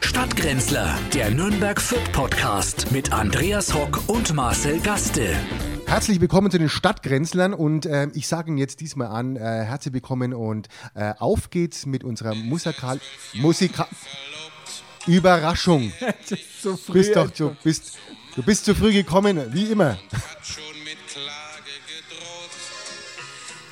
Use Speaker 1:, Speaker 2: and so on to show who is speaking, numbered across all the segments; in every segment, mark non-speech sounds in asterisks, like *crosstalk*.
Speaker 1: Stadtgrenzler, der Nürnberg Fit Podcast mit Andreas Hock und Marcel Gaste.
Speaker 2: Herzlich willkommen zu den Stadtgrenzlern und ähm, ich sage Ihnen jetzt diesmal an, äh, herzlich willkommen und äh, auf geht's mit unserer Musikal Musika
Speaker 3: *laughs*
Speaker 2: Überraschung.
Speaker 3: So früh.
Speaker 2: Bist doch, du bist, du bist zu früh gekommen, wie immer.
Speaker 4: hat schon mit Klage gedroht.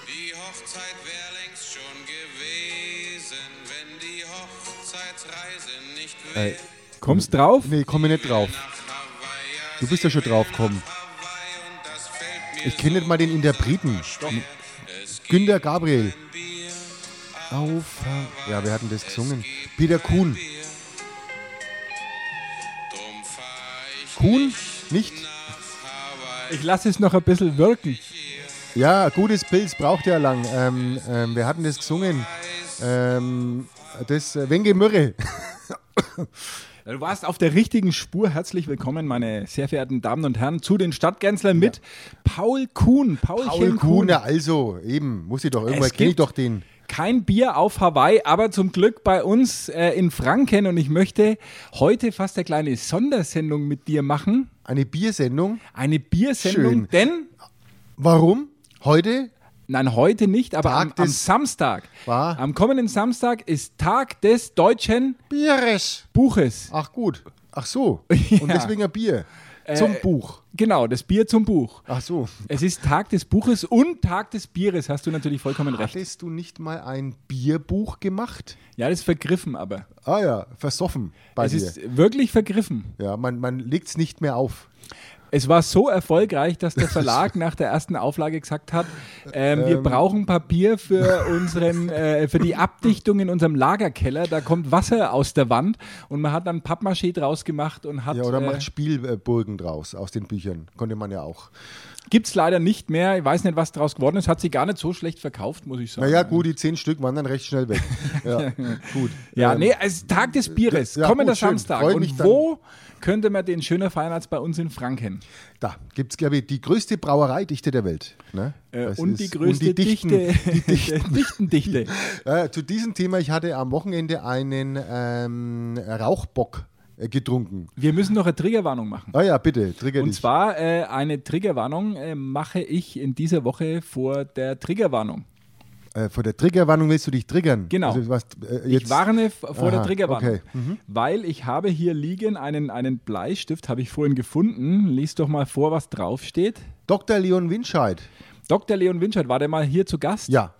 Speaker 4: Die Hochzeit wäre längst schon gewesen, wenn die Hochzeitsreise nicht
Speaker 2: Äh,
Speaker 4: wär.
Speaker 3: Kommst drauf?
Speaker 2: Nee, komme nicht drauf. Du bist ja schon drauf gekommen. Ich kenne nicht mal den Interpreten. Günter Gabriel. Auf. äh, Ja, wir hatten das gesungen. Peter Kuhn. Kuhn? Nicht?
Speaker 3: Ich lasse es noch ein bisschen wirken.
Speaker 2: Ja, gutes Pilz braucht ja lang. Ähm, ähm, wir hatten das gesungen. Ähm, das äh, Wenge Mürre.
Speaker 3: Du warst auf der richtigen Spur. Herzlich willkommen, meine sehr verehrten Damen und Herren, zu den Stadtgänzlern mit Paul Kuhn. Paulchen
Speaker 2: Paul Kuhn, ja, also, eben, muss ich doch irgendwann, kenne ich
Speaker 3: gibt-
Speaker 2: doch den.
Speaker 3: Kein Bier auf Hawaii, aber zum Glück bei uns äh, in Franken. Und ich möchte heute fast eine kleine Sondersendung mit dir machen.
Speaker 2: Eine Biersendung.
Speaker 3: Eine Biersendung,
Speaker 2: Schön.
Speaker 3: denn,
Speaker 2: Warum? Heute?
Speaker 3: nein, heute nicht, aber
Speaker 2: Tag
Speaker 3: am, am
Speaker 2: des-
Speaker 3: Samstag.
Speaker 2: War?
Speaker 3: Am kommenden Samstag ist Tag des deutschen
Speaker 2: Bieres.
Speaker 3: Buches.
Speaker 2: Ach gut. Ach so. Und
Speaker 3: *laughs* Ja. Äh,
Speaker 2: deswegen ein Bier. Zum Buch.
Speaker 3: Genau, das Bier zum Buch.
Speaker 2: Ach so.
Speaker 3: Es ist Tag des Buches und Tag des Bieres, hast du natürlich vollkommen recht.
Speaker 2: Hattest du nicht mal ein Bierbuch gemacht?
Speaker 3: Ja, das ist vergriffen, aber
Speaker 2: Ah ja, versoffen bei
Speaker 3: es
Speaker 2: dir.
Speaker 3: ist äh, wirklich vergriffen.
Speaker 2: ja, man, man legt es nicht mehr auf.
Speaker 3: Es war so erfolgreich, dass der Verlag nach der ersten Auflage gesagt hat, ähm, wir brauchen Papier für, unseren, äh, für die Abdichtung in unserem Lagerkeller. Da kommt Wasser aus der Wand und man hat dann Pappmaché draus gemacht und hat...
Speaker 2: Ja, oder macht
Speaker 3: äh,
Speaker 2: Spielburgen draus aus den Büchern. Konnte man ja auch.
Speaker 3: Gibt es leider nicht mehr. Ich weiß nicht, was draus geworden ist. Hat sie gar nicht so schlecht verkauft, muss ich sagen.
Speaker 2: Naja, gut, die zehn Stück waren dann recht schnell
Speaker 3: *laughs*
Speaker 2: weg. ja, gut.
Speaker 3: Ja,
Speaker 2: Ähm,
Speaker 3: nee, es ist Tag des Bieres,
Speaker 2: ja,
Speaker 3: kommender
Speaker 2: gut, schön.
Speaker 3: Samstag.
Speaker 2: Freut
Speaker 3: Und
Speaker 2: mich dann.
Speaker 3: wo könnte man den schöner feiern als bei uns in Franken?
Speaker 2: Da gibt es, glaube ich, die größte Brauereidichte der Welt. Ne?
Speaker 3: Äh,
Speaker 2: Das
Speaker 3: und
Speaker 2: ist-
Speaker 3: die größte
Speaker 2: und die Dichten,
Speaker 3: Dichte, *laughs*
Speaker 2: Die Dichten.
Speaker 3: Dichtendichte.
Speaker 2: Äh, zu diesem Thema, ich hatte am Wochenende einen ähm, Rauchbock äh, getrunken.
Speaker 3: Wir müssen noch eine Triggerwarnung machen.
Speaker 2: Ah ja, bitte, trigger
Speaker 3: Und
Speaker 2: dich.
Speaker 3: zwar äh, eine Triggerwarnung äh, mache ich in dieser Woche vor der Triggerwarnung.
Speaker 2: äh, vor der Triggerwarnung willst du dich triggern.
Speaker 3: Genau.
Speaker 2: Also, was, äh, jetzt,
Speaker 3: Ich warne f- vor der
Speaker 2: Aha,
Speaker 3: Triggerwarnung,
Speaker 2: okay. Mhm.
Speaker 3: weil ich habe hier liegen einen, einen Bleistift, habe ich vorhin gefunden. Lies doch mal vor, was draufsteht.
Speaker 2: Dr. Leon Winscheid.
Speaker 3: Dr. Leon Winchard, war der mal hier zu Gast?
Speaker 2: Ja.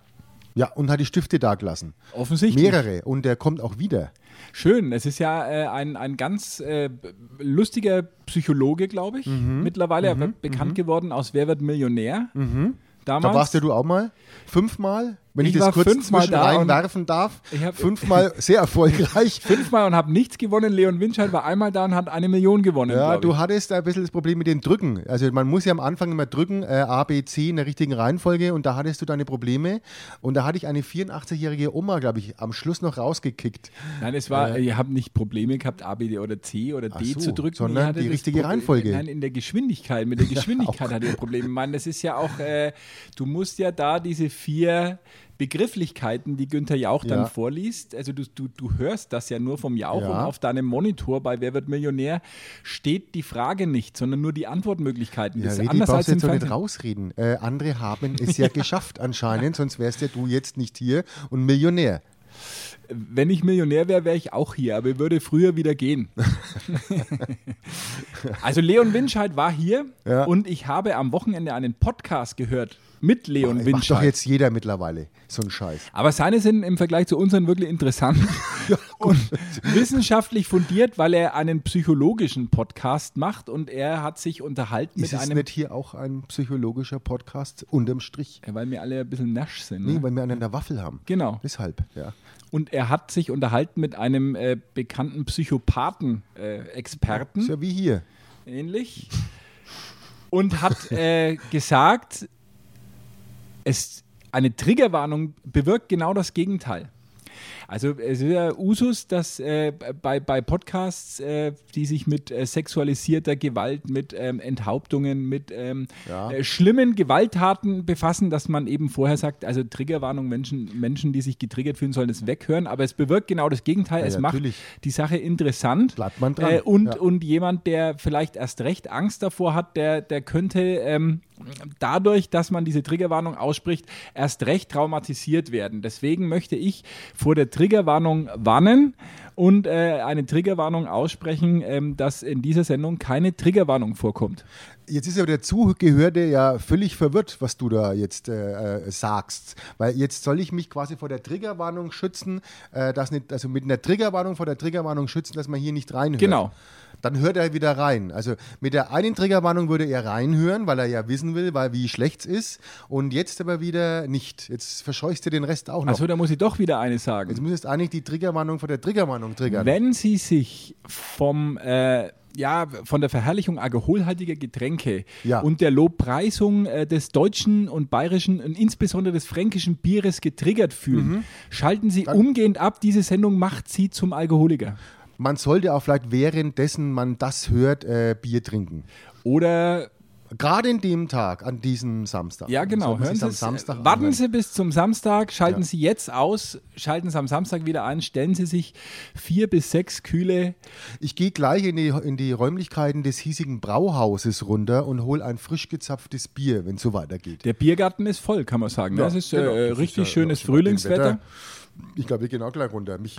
Speaker 2: Ja, und hat die Stifte da gelassen.
Speaker 3: Offensichtlich.
Speaker 2: Mehrere. Und der kommt auch wieder.
Speaker 3: Schön, es ist ja äh, ein, ein ganz äh, b- lustiger Psychologe, glaube ich,
Speaker 2: Mhm.
Speaker 3: mittlerweile aber bekannt geworden aus Wer wird Millionär. Damals.
Speaker 2: Mhm. Da warst ja du auch mal. Fünfmal, wenn ich,
Speaker 3: Ich
Speaker 2: das
Speaker 3: war
Speaker 2: kurz
Speaker 3: fünfmal
Speaker 2: zwischen
Speaker 3: da und-
Speaker 2: reinwerfen darf.
Speaker 3: Ich hab- *laughs*
Speaker 2: fünfmal sehr erfolgreich.
Speaker 3: Fünfmal und habe nichts gewonnen. Leon Winscheid war einmal da und hat eine Million gewonnen.
Speaker 2: Ja,
Speaker 3: glaub
Speaker 2: du
Speaker 3: ich.
Speaker 2: hattest ein bisschen das Problem mit dem Drücken. Also man muss ja am Anfang immer drücken, äh, A, B, C in der richtigen Reihenfolge und da hattest du deine Probleme. Und da hatte ich eine 84-jährige Oma, glaube ich, am Schluss noch rausgekickt.
Speaker 3: Nein, es war, ihr habt nicht Probleme gehabt, A, B D oder C oder D
Speaker 2: Äh. so,
Speaker 3: zu drücken.
Speaker 2: sondern
Speaker 3: Ihr hattet
Speaker 2: die
Speaker 3: das
Speaker 2: richtige
Speaker 3: Problem-
Speaker 2: Reihenfolge.
Speaker 3: Nein, in der Geschwindigkeit. Mit
Speaker 2: *laughs*
Speaker 3: der Geschwindigkeit hat ihr Probleme. Ich meine, das ist ja auch, äh, du musst ja da diese vier Begrifflichkeiten, die Günther Jauch
Speaker 2: Ja.
Speaker 3: dann vorliest, also du, du, du hörst das ja nur vom Jauch
Speaker 2: Ja.
Speaker 3: und auf deinem Monitor bei Wer wird Millionär steht die Frage nicht, sondern nur die Antwortmöglichkeiten.
Speaker 2: Ja,
Speaker 3: Das ist
Speaker 2: Redi,
Speaker 3: anders als
Speaker 2: brauchst
Speaker 3: im
Speaker 2: jetzt so nicht
Speaker 3: Fernsehen.
Speaker 2: rausreden. Äh, andere haben es
Speaker 3: *laughs*
Speaker 2: ja geschafft anscheinend, sonst wärst ja du jetzt nicht hier und Millionär.
Speaker 3: Wenn ich Millionär wäre, wäre ich auch hier, aber ich würde früher
Speaker 2: *laughs*
Speaker 3: wieder gehen. also Leon Winscheid war hier
Speaker 2: Ja.
Speaker 3: und ich habe am Wochenende einen Podcast gehört mit
Speaker 2: Äh,
Speaker 3: Leon
Speaker 2: Macht doch
Speaker 3: Winscheid.
Speaker 2: jetzt jeder mittlerweile so einen Scheiß.
Speaker 3: Aber seine sind im Vergleich zu unseren wirklich interessant *laughs* und wissenschaftlich fundiert, weil er einen psychologischen Podcast macht und er hat sich unterhalten
Speaker 2: Ist
Speaker 3: mit
Speaker 2: es
Speaker 3: einem,
Speaker 2: nicht hier auch ein psychologischer Podcast unterm Strich?
Speaker 3: weil wir alle ein bisschen nasch sind.
Speaker 2: Nee,
Speaker 3: Ne?
Speaker 2: weil wir einen an der Waffel haben.
Speaker 3: Genau.
Speaker 2: Deshalb, ja.
Speaker 3: Und er hat sich unterhalten mit einem äh, bekannten äh, Psychopathen-Experten.
Speaker 2: Ist ja wie hier.
Speaker 3: ähnlich und hat äh, gesagt, es, eine Triggerwarnung bewirkt genau das Gegenteil. Also es ist ja Usus, dass äh, bei, bei Podcasts, äh, die sich mit äh, sexualisierter Gewalt, mit ähm, Enthauptungen, mit ähm,
Speaker 2: Ja.
Speaker 3: äh, schlimmen Gewalttaten befassen, dass man eben vorher sagt, also Triggerwarnung, Menschen, Menschen, die sich getriggert fühlen, sollen es weghören, aber es bewirkt genau das Gegenteil.
Speaker 2: Ja,
Speaker 3: es
Speaker 2: natürlich.
Speaker 3: macht die Sache interessant.
Speaker 2: Bleibt man dran.
Speaker 3: Äh, und,
Speaker 2: Ja.
Speaker 3: und jemand, der vielleicht erst recht Angst davor hat, der, der könnte ähm, dadurch, dass man diese Triggerwarnung ausspricht, erst recht traumatisiert werden. Deswegen möchte ich vor der Triggerwarnung warnen und äh, eine Triggerwarnung aussprechen, ähm, dass in dieser Sendung keine Triggerwarnung vorkommt.
Speaker 2: Jetzt ist aber der Zugehörte ja völlig verwirrt, was du da jetzt äh, äh, sagst. Weil jetzt soll ich mich quasi vor der Triggerwarnung schützen, äh, dass nicht, also mit einer Triggerwarnung vor der Triggerwarnung schützen, dass man hier nicht reinhört.
Speaker 3: Genau.
Speaker 2: Dann hört er wieder rein. Also mit der einen Triggerwarnung würde er reinhören, weil er ja wissen will, weil, wie schlecht es ist. Und jetzt aber wieder nicht. Jetzt verscheuchst du den Rest auch noch.
Speaker 3: Also da muss ich doch wieder eine sagen.
Speaker 2: jetzt müsstest du eigentlich die Triggerwarnung vor der Triggerwarnung triggern.
Speaker 3: Wenn Sie sich vom äh, ja, von der Verherrlichung alkoholhaltiger Getränke
Speaker 2: Ja.
Speaker 3: und der Lobpreisung äh, des deutschen und bayerischen und insbesondere des fränkischen Bieres getriggert fühlen,
Speaker 2: Mhm.
Speaker 3: schalten Sie umgehend ab. Diese Sendung macht Sie zum Alkoholiker.
Speaker 2: Man sollte auch vielleicht währenddessen man das hört, äh, Bier trinken.
Speaker 3: Oder,
Speaker 2: Gerade in dem Tag, an diesem Samstag.
Speaker 3: ja genau,
Speaker 2: Sollte man
Speaker 3: hören
Speaker 2: sich's
Speaker 3: Sie
Speaker 2: am
Speaker 3: es,
Speaker 2: Samstag
Speaker 3: warten
Speaker 2: anhören.
Speaker 3: Sie bis zum Samstag, schalten
Speaker 2: Ja.
Speaker 3: Sie jetzt aus, schalten Sie am Samstag wieder ein, stellen Sie sich vier bis sechs kühle
Speaker 2: Ich gehe gleich in die, in die Räumlichkeiten des hiesigen Brauhauses runter und hole ein frisch gezapftes Bier, wenn es so weitergeht.
Speaker 3: Der Biergarten ist voll, kann man sagen. ne?
Speaker 2: Ja,
Speaker 3: das ist
Speaker 2: genau.
Speaker 3: äh,
Speaker 2: Das ist
Speaker 3: richtig
Speaker 2: ja-
Speaker 3: schönes
Speaker 2: ja, bei dem
Speaker 3: Frühlingswetter.
Speaker 2: Wetter. Ich glaube, wir gehen auch gleich runter. Mich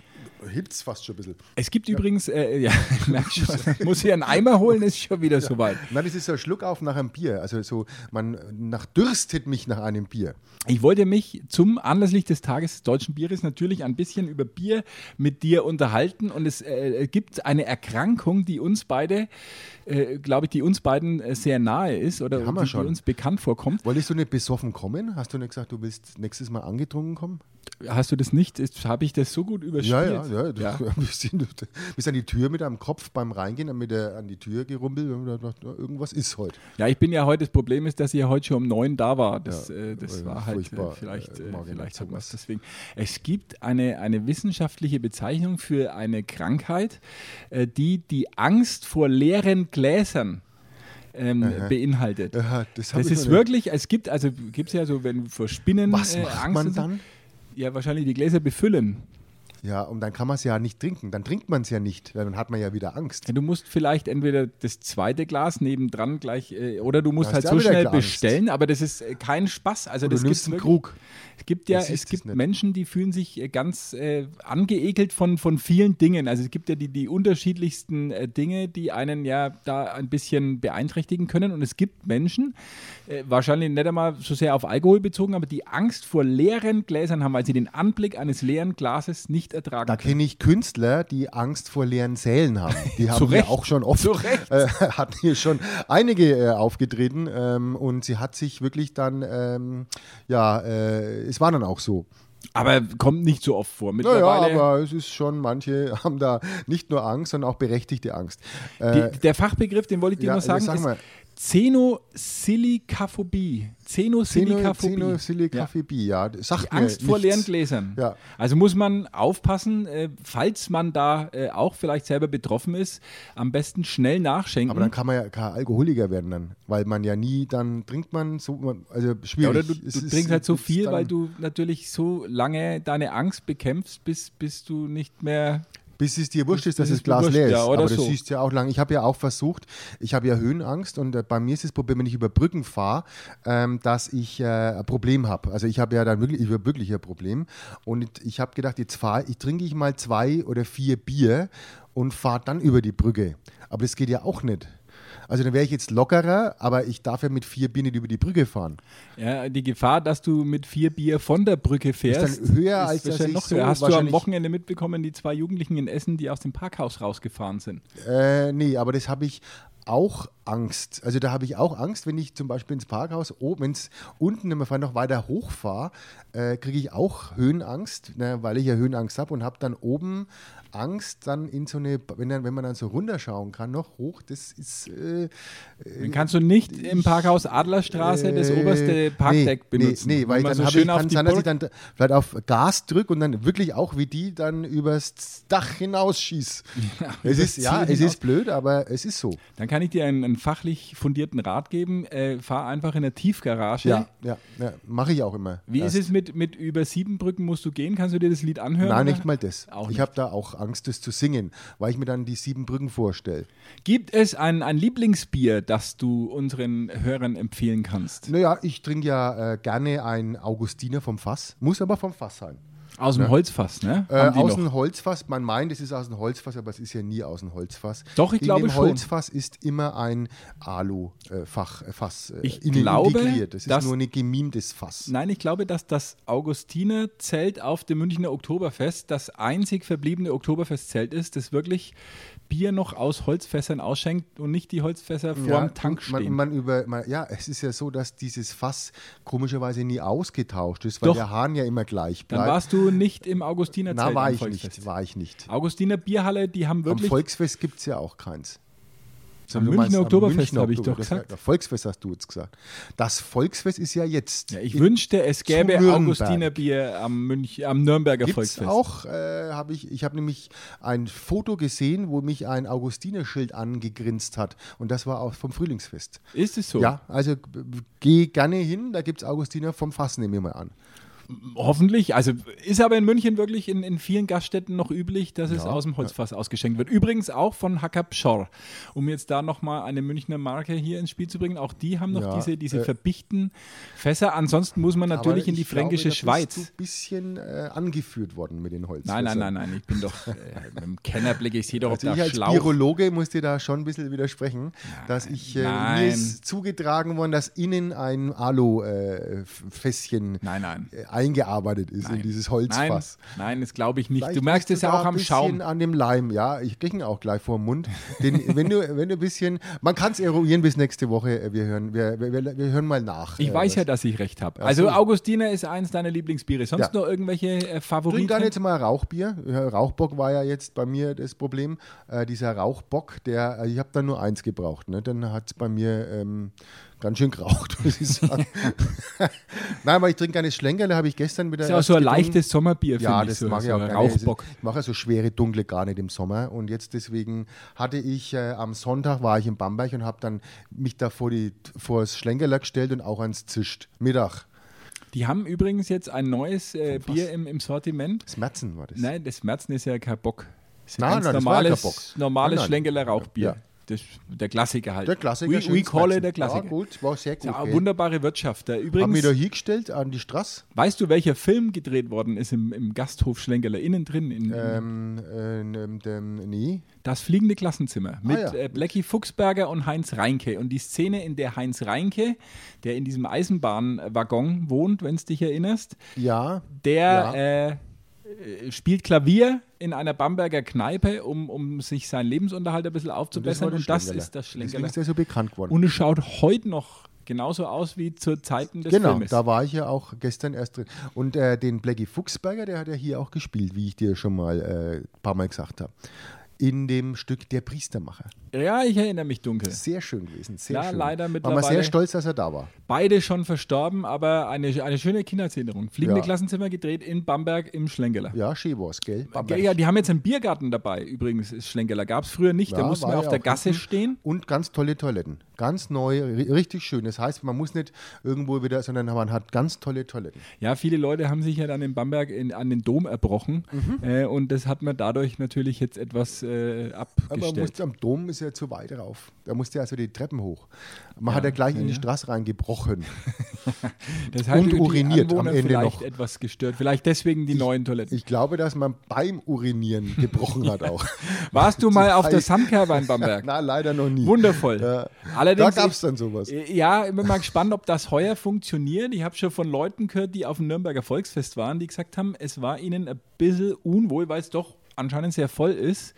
Speaker 2: hebt es fast schon ein bisschen.
Speaker 3: Es gibt übrigens, äh, ja, *laughs* ich merk schon, muss hier einen Eimer holen, ist schon wieder soweit.
Speaker 2: Nein, das ist so ein Schluck auf nach einem Bier. Also so, man nach dürstet mich nach einem Bier.
Speaker 3: Ich wollte mich zum anlässlich des Tages des deutschen Bieres natürlich ein bisschen über Bier mit dir unterhalten und es äh, gibt eine Erkrankung, die uns beide, äh, glaube ich, die uns beiden äh, sehr nahe ist oder
Speaker 2: haben wir
Speaker 3: die,
Speaker 2: schon.
Speaker 3: die uns bekannt vorkommt.
Speaker 2: Wolltest du nicht besoffen kommen? Hast du nicht gesagt, du willst nächstes Mal angetrunken kommen?
Speaker 3: Hast du das nicht? Habe ich das so gut
Speaker 2: Ja,
Speaker 3: überspielt?
Speaker 2: ja, ja. Das, *laughs* Wir, sind, wir sind an die Tür mit einem Kopf beim Reingehen, mit der, an die Tür gerumpelt und haben gedacht, irgendwas ist halt. heute.
Speaker 3: Ja, ich bin ja heute, das Problem ist, dass ich ja heute schon um neun da war. Das,
Speaker 2: Ja,
Speaker 3: äh, das
Speaker 2: äh,
Speaker 3: war halt äh,
Speaker 2: furchtbar.
Speaker 3: vielleicht,
Speaker 2: Äh,
Speaker 3: äh,
Speaker 2: mag ich
Speaker 3: vielleicht
Speaker 2: nicht sagen,
Speaker 3: sowas. Deswegen. Es gibt eine, eine wissenschaftliche Bezeichnung für eine Krankheit, äh, die die Angst vor leeren Gläsern ähm, beinhaltet.
Speaker 2: Aha, das hab ich
Speaker 3: das
Speaker 2: noch
Speaker 3: ist
Speaker 2: nicht.
Speaker 3: wirklich, es gibt also gibt's ja so, wenn vor Spinnen
Speaker 2: Was
Speaker 3: äh,
Speaker 2: macht
Speaker 3: Angst
Speaker 2: man
Speaker 3: und so-
Speaker 2: dann?
Speaker 3: Ja, wahrscheinlich die Gläser befüllen.
Speaker 2: Ja, und dann kann man es ja nicht trinken. Dann trinkt man es ja nicht, weil dann hat man ja wieder Angst.
Speaker 3: Ja, Du musst vielleicht entweder das zweite Glas nebendran gleich, äh, oder du musst
Speaker 2: Da
Speaker 3: halt
Speaker 2: hast du
Speaker 3: so
Speaker 2: auch wieder
Speaker 3: schnell
Speaker 2: Angst.
Speaker 3: bestellen, aber das ist äh, kein Spaß. Also
Speaker 2: Oder
Speaker 3: das
Speaker 2: du nimmst
Speaker 3: gibt's
Speaker 2: einen
Speaker 3: wirklich-
Speaker 2: Krug.
Speaker 3: Es gibt ja,
Speaker 2: Das
Speaker 3: es
Speaker 2: ist
Speaker 3: gibt
Speaker 2: es nicht.
Speaker 3: Menschen, die fühlen sich äh, ganz äh, angeekelt von, von vielen Dingen. Also es gibt ja die, die unterschiedlichsten äh, Dinge, die einen ja da ein bisschen beeinträchtigen können. Und es gibt Menschen, äh, wahrscheinlich nicht einmal so sehr auf Alkohol bezogen, aber die Angst vor leeren Gläsern haben, weil sie den Anblick eines leeren Glases nicht ertragen
Speaker 2: Da
Speaker 3: können.
Speaker 2: kenne ich Künstler, die Angst vor leeren Sälen
Speaker 3: *laughs*
Speaker 2: haben. Die haben
Speaker 3: Recht.
Speaker 2: hier auch schon oft,
Speaker 3: Zu Recht.
Speaker 2: Äh, *laughs* hatten hier schon einige äh, aufgetreten ähm, und sie hat sich wirklich dann, ähm, ja, äh, es war dann auch so.
Speaker 3: Aber kommt nicht so oft vor.
Speaker 2: Naja,
Speaker 3: Mittlerweile
Speaker 2: aber es ist schon, manche *laughs* haben da nicht nur Angst, sondern auch berechtigte Angst. Äh,
Speaker 3: Die, der Fachbegriff, den wollte ich dir
Speaker 2: ja,
Speaker 3: noch sagen,
Speaker 2: sag mal.
Speaker 3: ist Xenosilikaphobie. Xenosilikaphobie.
Speaker 2: Xenosilikaphobie, ja. ja. Sagt
Speaker 3: Die Angst
Speaker 2: mir
Speaker 3: vor
Speaker 2: nichts.
Speaker 3: leeren Gläsern.
Speaker 2: Ja.
Speaker 3: Also muss man aufpassen, äh, falls man da äh, auch vielleicht selber betroffen ist, am besten schnell nachschenken.
Speaker 2: Aber dann kann man ja kein Alkoholiker werden dann, weil man ja nie, dann trinkt man so, man- also schwierig.
Speaker 3: ja, oder du,
Speaker 2: Es
Speaker 3: du
Speaker 2: ist-
Speaker 3: trinkst halt so
Speaker 2: es ist
Speaker 3: viel,
Speaker 2: dann-
Speaker 3: weil du natürlich so lange deine Angst bekämpfst, bis, bis du nicht mehr.
Speaker 2: Bis es dir wurscht ist,
Speaker 3: bis
Speaker 2: dass
Speaker 3: es
Speaker 2: das Glas
Speaker 3: wurscht,
Speaker 2: leer ist.
Speaker 3: ja, oder
Speaker 2: Aber das
Speaker 3: so.
Speaker 2: siehst du ja auch lang. Ich habe ja auch versucht, ich habe ja Höhenangst und äh, bei mir ist das Problem, wenn ich über Brücken fahre, ähm, dass ich äh, ein Problem habe. Also ich habe ja dann wirklich, ich hab wirklich ein Problem. Und ich habe gedacht, jetzt fahre ich, trinke ich mal zwei oder vier Bier und fahre dann über die Brücke. Aber das geht ja auch nicht. Also dann wäre ich jetzt lockerer, aber ich darf ja mit vier Bier nicht über die Brücke fahren.
Speaker 3: Ja, die Gefahr, dass du mit vier Bier von der Brücke fährst,
Speaker 2: dann höher, als dass
Speaker 3: wahrscheinlich
Speaker 2: ich
Speaker 3: noch
Speaker 2: so
Speaker 3: höher. Hast du am
Speaker 2: wahrscheinlich-
Speaker 3: Wochenende mitbekommen, die zwei Jugendlichen in Essen, die aus dem Parkhaus rausgefahren sind?
Speaker 2: Äh, nee, aber das habe ich auch Angst. Also da habe ich auch Angst, wenn ich zum Beispiel ins Parkhaus oben, wenn es unten im Fall noch weiter hochfahre, äh, kriege ich auch Höhenangst, ne, weil ich ja Höhenangst habe und habe dann oben Angst, dann in so eine, wenn, dann, wenn man dann so runterschauen kann, noch hoch, das ist äh, Äh,
Speaker 3: Dann kannst du nicht im Parkhaus Adlerstraße das oberste Parkdeck
Speaker 2: nee,
Speaker 3: benutzen.
Speaker 2: Nee, nee weil
Speaker 3: wenn
Speaker 2: ich dann
Speaker 3: man so
Speaker 2: hab
Speaker 3: schön
Speaker 2: ich,
Speaker 3: auf
Speaker 2: kann
Speaker 3: die
Speaker 2: sein, dass ich
Speaker 3: Burg-
Speaker 2: dann d- vielleicht auf Gas drücke und dann wirklich auch wie die dann übers Dach
Speaker 3: *laughs*
Speaker 2: hinausschieß. es
Speaker 3: übers
Speaker 2: ist,
Speaker 3: Ziel
Speaker 2: ja, es
Speaker 3: hinaus.
Speaker 2: ist blöd, aber es ist so.
Speaker 3: Dann kann ich dir einen, einen fachlich fundierten Rat geben. Äh, fahr einfach in der Tiefgarage.
Speaker 2: Ja, ja, ja mache ich auch immer.
Speaker 3: Wie
Speaker 2: Erst.
Speaker 3: ist es mit, mit über Siebenbrücken musst du gehen? Kannst du dir das Lied anhören?
Speaker 2: Nein,
Speaker 3: oder?
Speaker 2: nicht mal das.
Speaker 3: Auch
Speaker 2: ich
Speaker 3: nicht.
Speaker 2: habe da auch Angst, das zu singen, weil ich mir dann die sieben Brücken vorstelle.
Speaker 3: Gibt es ein, ein Lieblingsbier, das du unseren Hörern empfehlen kannst?
Speaker 2: Naja, ich trinke ja äh, gerne ein Augustiner vom Fass, muss aber vom Fass sein.
Speaker 3: Aus dem Holzfass, ne?
Speaker 2: Äh,
Speaker 3: Haben die
Speaker 2: aus
Speaker 3: noch.
Speaker 2: dem Holzfass, man meint, es ist aus dem Holzfass, aber es ist ja nie aus dem Holzfass.
Speaker 3: Doch, ich
Speaker 2: In
Speaker 3: glaube
Speaker 2: dem
Speaker 3: schon.
Speaker 2: Holzfass ist immer ein Alu-Fass äh, Fass, äh,
Speaker 3: Ich
Speaker 2: innen
Speaker 3: glaube,
Speaker 2: integriert. Es ist
Speaker 3: dass-
Speaker 2: nur ein gemimtes Fass.
Speaker 3: Nein, ich glaube, dass das Augustinerzelt auf dem Münchner Oktoberfest das einzig verbliebene Oktoberfestzelt ist, das wirklich Bier noch aus Holzfässern ausschenkt und nicht die Holzfässer vor dem Tank
Speaker 2: man,
Speaker 3: stehen.
Speaker 2: Man über, man, ja, es ist ja so, dass dieses Fass komischerweise nie ausgetauscht ist, weil
Speaker 3: Doch.
Speaker 2: der Hahn ja immer gleich bleibt.
Speaker 3: Dann warst du nicht im Augustinerzelt.
Speaker 2: Na, war
Speaker 3: am
Speaker 2: ich
Speaker 3: Volksfest.
Speaker 2: nicht, war ich nicht.
Speaker 3: Augustiner Bierhalle, die haben
Speaker 2: Am
Speaker 3: wirklich
Speaker 2: Volksfest gibt es ja auch keins.
Speaker 3: Am
Speaker 2: Du
Speaker 3: Münchner
Speaker 2: meinst am
Speaker 3: Oktoberfest,
Speaker 2: Münchner
Speaker 3: habe ich doch
Speaker 2: Oktoberfest.
Speaker 3: gesagt.
Speaker 2: Das Volksfest hast du jetzt gesagt. Das Volksfest ist ja jetzt.
Speaker 3: Ja, ich
Speaker 2: In-
Speaker 3: wünschte, es gäbe
Speaker 2: zu Nürnberg.
Speaker 3: Augustinerbier am, Münch, am Nürnberger
Speaker 2: Gibt's
Speaker 3: Volksfest.
Speaker 2: auch, äh, habe ich, ich habe nämlich ein Foto gesehen, wo mich ein Augustinerschild angegrinst hat. Und das war auch vom Frühlingsfest.
Speaker 3: Ist es so?
Speaker 2: Ja, also g- b- geh gerne hin, da gibt es Augustiner vom Fass, nehme ich mal an.
Speaker 3: Hoffentlich. Also ist aber in München wirklich in, in vielen Gaststätten noch üblich, dass es aus dem Holzfass ausgeschenkt wird. Übrigens auch von Hacker Pschorr. Um jetzt da nochmal eine Münchner Marke hier ins Spiel zu bringen. Auch die haben noch
Speaker 2: Ja,
Speaker 3: diese, diese
Speaker 2: äh,
Speaker 3: verbichten Fässer. Ansonsten muss man
Speaker 2: Aber
Speaker 3: natürlich in die
Speaker 2: ich glaube,
Speaker 3: fränkische
Speaker 2: da bist
Speaker 3: Schweiz.
Speaker 2: Du ein bisschen äh, angeführt worden mit den Holz.
Speaker 3: Nein, nein, nein, nein. Ich bin doch äh, mit dem Kennerblick. Ich sehe doch, ob
Speaker 2: Also ich
Speaker 3: da
Speaker 2: als
Speaker 3: schlau.
Speaker 2: Virologe muss dir da schon ein bisschen widersprechen, dass ich, äh,
Speaker 3: nein.
Speaker 2: mir ist zugetragen worden, dass innen ein äh, Alu-Fässchen
Speaker 3: Nein, nein.
Speaker 2: äh, eingearbeitet ist in dieses
Speaker 3: Nein,
Speaker 2: Holzfass.
Speaker 3: nein, das glaube ich nicht.
Speaker 2: Vielleicht
Speaker 3: du merkst
Speaker 2: bist
Speaker 3: es ja
Speaker 2: da
Speaker 3: auch
Speaker 2: ein
Speaker 3: am
Speaker 2: bisschen
Speaker 3: Schaum.
Speaker 2: an dem Leim, ja. Ich kriege ihn auch gleich vor dem
Speaker 3: *laughs*
Speaker 2: Mund. Den, wenn, du, wenn du ein bisschen, man kann es eruieren bis nächste Woche. äh, Wir hören, wir, wir, wir, wir hören mal nach.
Speaker 3: Ich
Speaker 2: äh,
Speaker 3: weiß ja,
Speaker 2: was-
Speaker 3: dass ich recht habe.
Speaker 2: so.
Speaker 3: Also Augustiner ist eins deiner Lieblingsbiere. Sonst
Speaker 2: Ja.
Speaker 3: noch irgendwelche äh, Favoriten?
Speaker 2: Trink dann jetzt mal Rauchbier. Ja, Rauchbock war ja jetzt bei mir das Problem. Äh, dieser Rauchbock, der, äh, ich habe da nur eins gebraucht. Ne? Dann hat es bei mir ähm, ganz schön geraucht, *laughs* muss ich
Speaker 3: *laughs*
Speaker 2: sagen. Nein, aber ich trinke gerne Schlenkerle, habe ich gestern wieder.
Speaker 3: ist ja auch
Speaker 2: erst
Speaker 3: so ein
Speaker 2: getrunken.
Speaker 3: leichtes Sommerbier,
Speaker 2: Ja,
Speaker 3: finde ich.
Speaker 2: das
Speaker 3: so,
Speaker 2: mag
Speaker 3: so
Speaker 2: ich auch
Speaker 3: ein
Speaker 2: gerne. Also
Speaker 3: Rauchbock.
Speaker 2: Ich mache so schwere Dunkle gar nicht im Sommer. Und jetzt deswegen hatte ich, äh, am Sonntag war ich in Bamberg und habe dann mich da vor, die, vor das Schlenkerle gestellt und auch ans Zischt. Mittag.
Speaker 3: Die haben übrigens jetzt ein neues äh, Bier im, im Sortiment.
Speaker 2: Das Merzen war das.
Speaker 3: Nein, das Merzen ist ja kein Bock. Das ist
Speaker 2: Nein,
Speaker 3: ganz
Speaker 2: nein, das war ja
Speaker 3: normales,
Speaker 2: kein Bock.
Speaker 3: normales
Speaker 2: Nein, nein.
Speaker 3: Schlenkeler Rauchbier.
Speaker 2: Ja.
Speaker 3: Das, der Klassiker halt.
Speaker 2: Der Klassiker.
Speaker 3: We, we
Speaker 2: schönes
Speaker 3: call
Speaker 2: Merzen.
Speaker 3: it der Klassiker.
Speaker 2: Ja, gut, war sehr
Speaker 3: Ist ja
Speaker 2: gut.
Speaker 3: auch
Speaker 2: gell?
Speaker 3: Wunderbare Wirtschaft. Da
Speaker 2: Haben wir da
Speaker 3: übrigens,
Speaker 2: hingestellt an die Straße?
Speaker 3: weißt du, welcher Film gedreht worden ist im, im Gasthof Schlenkerler innen drin? In, in,
Speaker 2: Ähm, äh, ähm, ähm, nee.
Speaker 3: Das fliegende Klassenzimmer mit
Speaker 2: Ah, ja.
Speaker 3: äh, Blackie Fuchsberger und Heinz Reinke. Und die Szene, in der Heinz Reinke, der in diesem Eisenbahnwaggon wohnt, wenn es dich erinnerst,
Speaker 2: Ja.
Speaker 3: der
Speaker 2: Ja.
Speaker 3: äh, äh, spielt Klavier in einer Bamberger Kneipe, um, um sich seinen Lebensunterhalt ein bisschen aufzubessern. Und das,
Speaker 2: Schlenkerle.
Speaker 3: ist das
Speaker 2: Deswegen
Speaker 3: Schlenkerle.
Speaker 2: ist der so bekannt geworden.
Speaker 3: Und es schaut heute noch genauso aus wie zu Zeiten des
Speaker 2: genau,
Speaker 3: Filmes.
Speaker 2: da war ich ja auch gestern erst drin. Und äh, den Blackie Fuchsberger, der hat ja hier auch gespielt, wie ich dir schon mal äh, ein paar Mal gesagt habe. In dem Stück Der Priestermacher.
Speaker 3: Ja, ich erinnere mich dunkel.
Speaker 2: Sehr schön gewesen. Sehr
Speaker 3: Ja,
Speaker 2: schön.
Speaker 3: leider
Speaker 2: War man
Speaker 3: mittlerweile-
Speaker 2: sehr stolz, dass er da war.
Speaker 3: Beide schon verstorben, aber eine, eine schöne Kindheitserinnerung. Fliegende
Speaker 2: Ja.
Speaker 3: Klassenzimmer gedreht in Bamberg im Schlenkerler.
Speaker 2: Ja, schön war's, gell? Bamberg.
Speaker 3: Ja, die haben jetzt einen Biergarten dabei, übrigens, ist Schlenkerler. Gab es früher nicht, da
Speaker 2: Ja,
Speaker 3: mussten
Speaker 2: war
Speaker 3: wir
Speaker 2: ja
Speaker 3: auf der
Speaker 2: auch
Speaker 3: Gasse
Speaker 2: hinten.
Speaker 3: stehen.
Speaker 2: Und ganz tolle Toiletten. Ganz neu, ri- richtig schön. Das heißt, man muss nicht irgendwo wieder, sondern man hat ganz tolle Toiletten.
Speaker 3: Ja, viele Leute haben sich ja dann in Bamberg in, an den Dom erbrochen
Speaker 2: Mhm.
Speaker 3: äh, und das hat man dadurch natürlich jetzt etwas äh,
Speaker 2: Aber man
Speaker 3: abgestellt.
Speaker 2: muss, am Dom ist ja zu weit rauf. Da musste ja also die Treppen hoch. Man hat ja gleich in die Straße reingebrochen.
Speaker 3: Das
Speaker 2: und uriniert am
Speaker 3: Anwohner
Speaker 2: Ende
Speaker 3: vielleicht
Speaker 2: noch.
Speaker 3: etwas gestört, vielleicht deswegen die neuen Toiletten.
Speaker 2: Ich glaube, dass man beim Urinieren gebrochen
Speaker 3: *laughs*
Speaker 2: hat auch.
Speaker 3: Warst du mal auf der
Speaker 2: Ei.
Speaker 3: Sandkerber in Bamberg?
Speaker 2: Na, leider noch nie.
Speaker 3: Wundervoll.
Speaker 2: Ja.
Speaker 3: Allerdings
Speaker 2: da gab es
Speaker 3: ist- eh
Speaker 2: dann sowas.
Speaker 3: Ja, ich bin mal gespannt, ob das heuer funktioniert. Ich habe schon von Leuten gehört, die auf dem Nürnberger Volksfest waren, die gesagt haben, es war ihnen ein bisschen unwohl, weil es doch anscheinend sehr voll ist.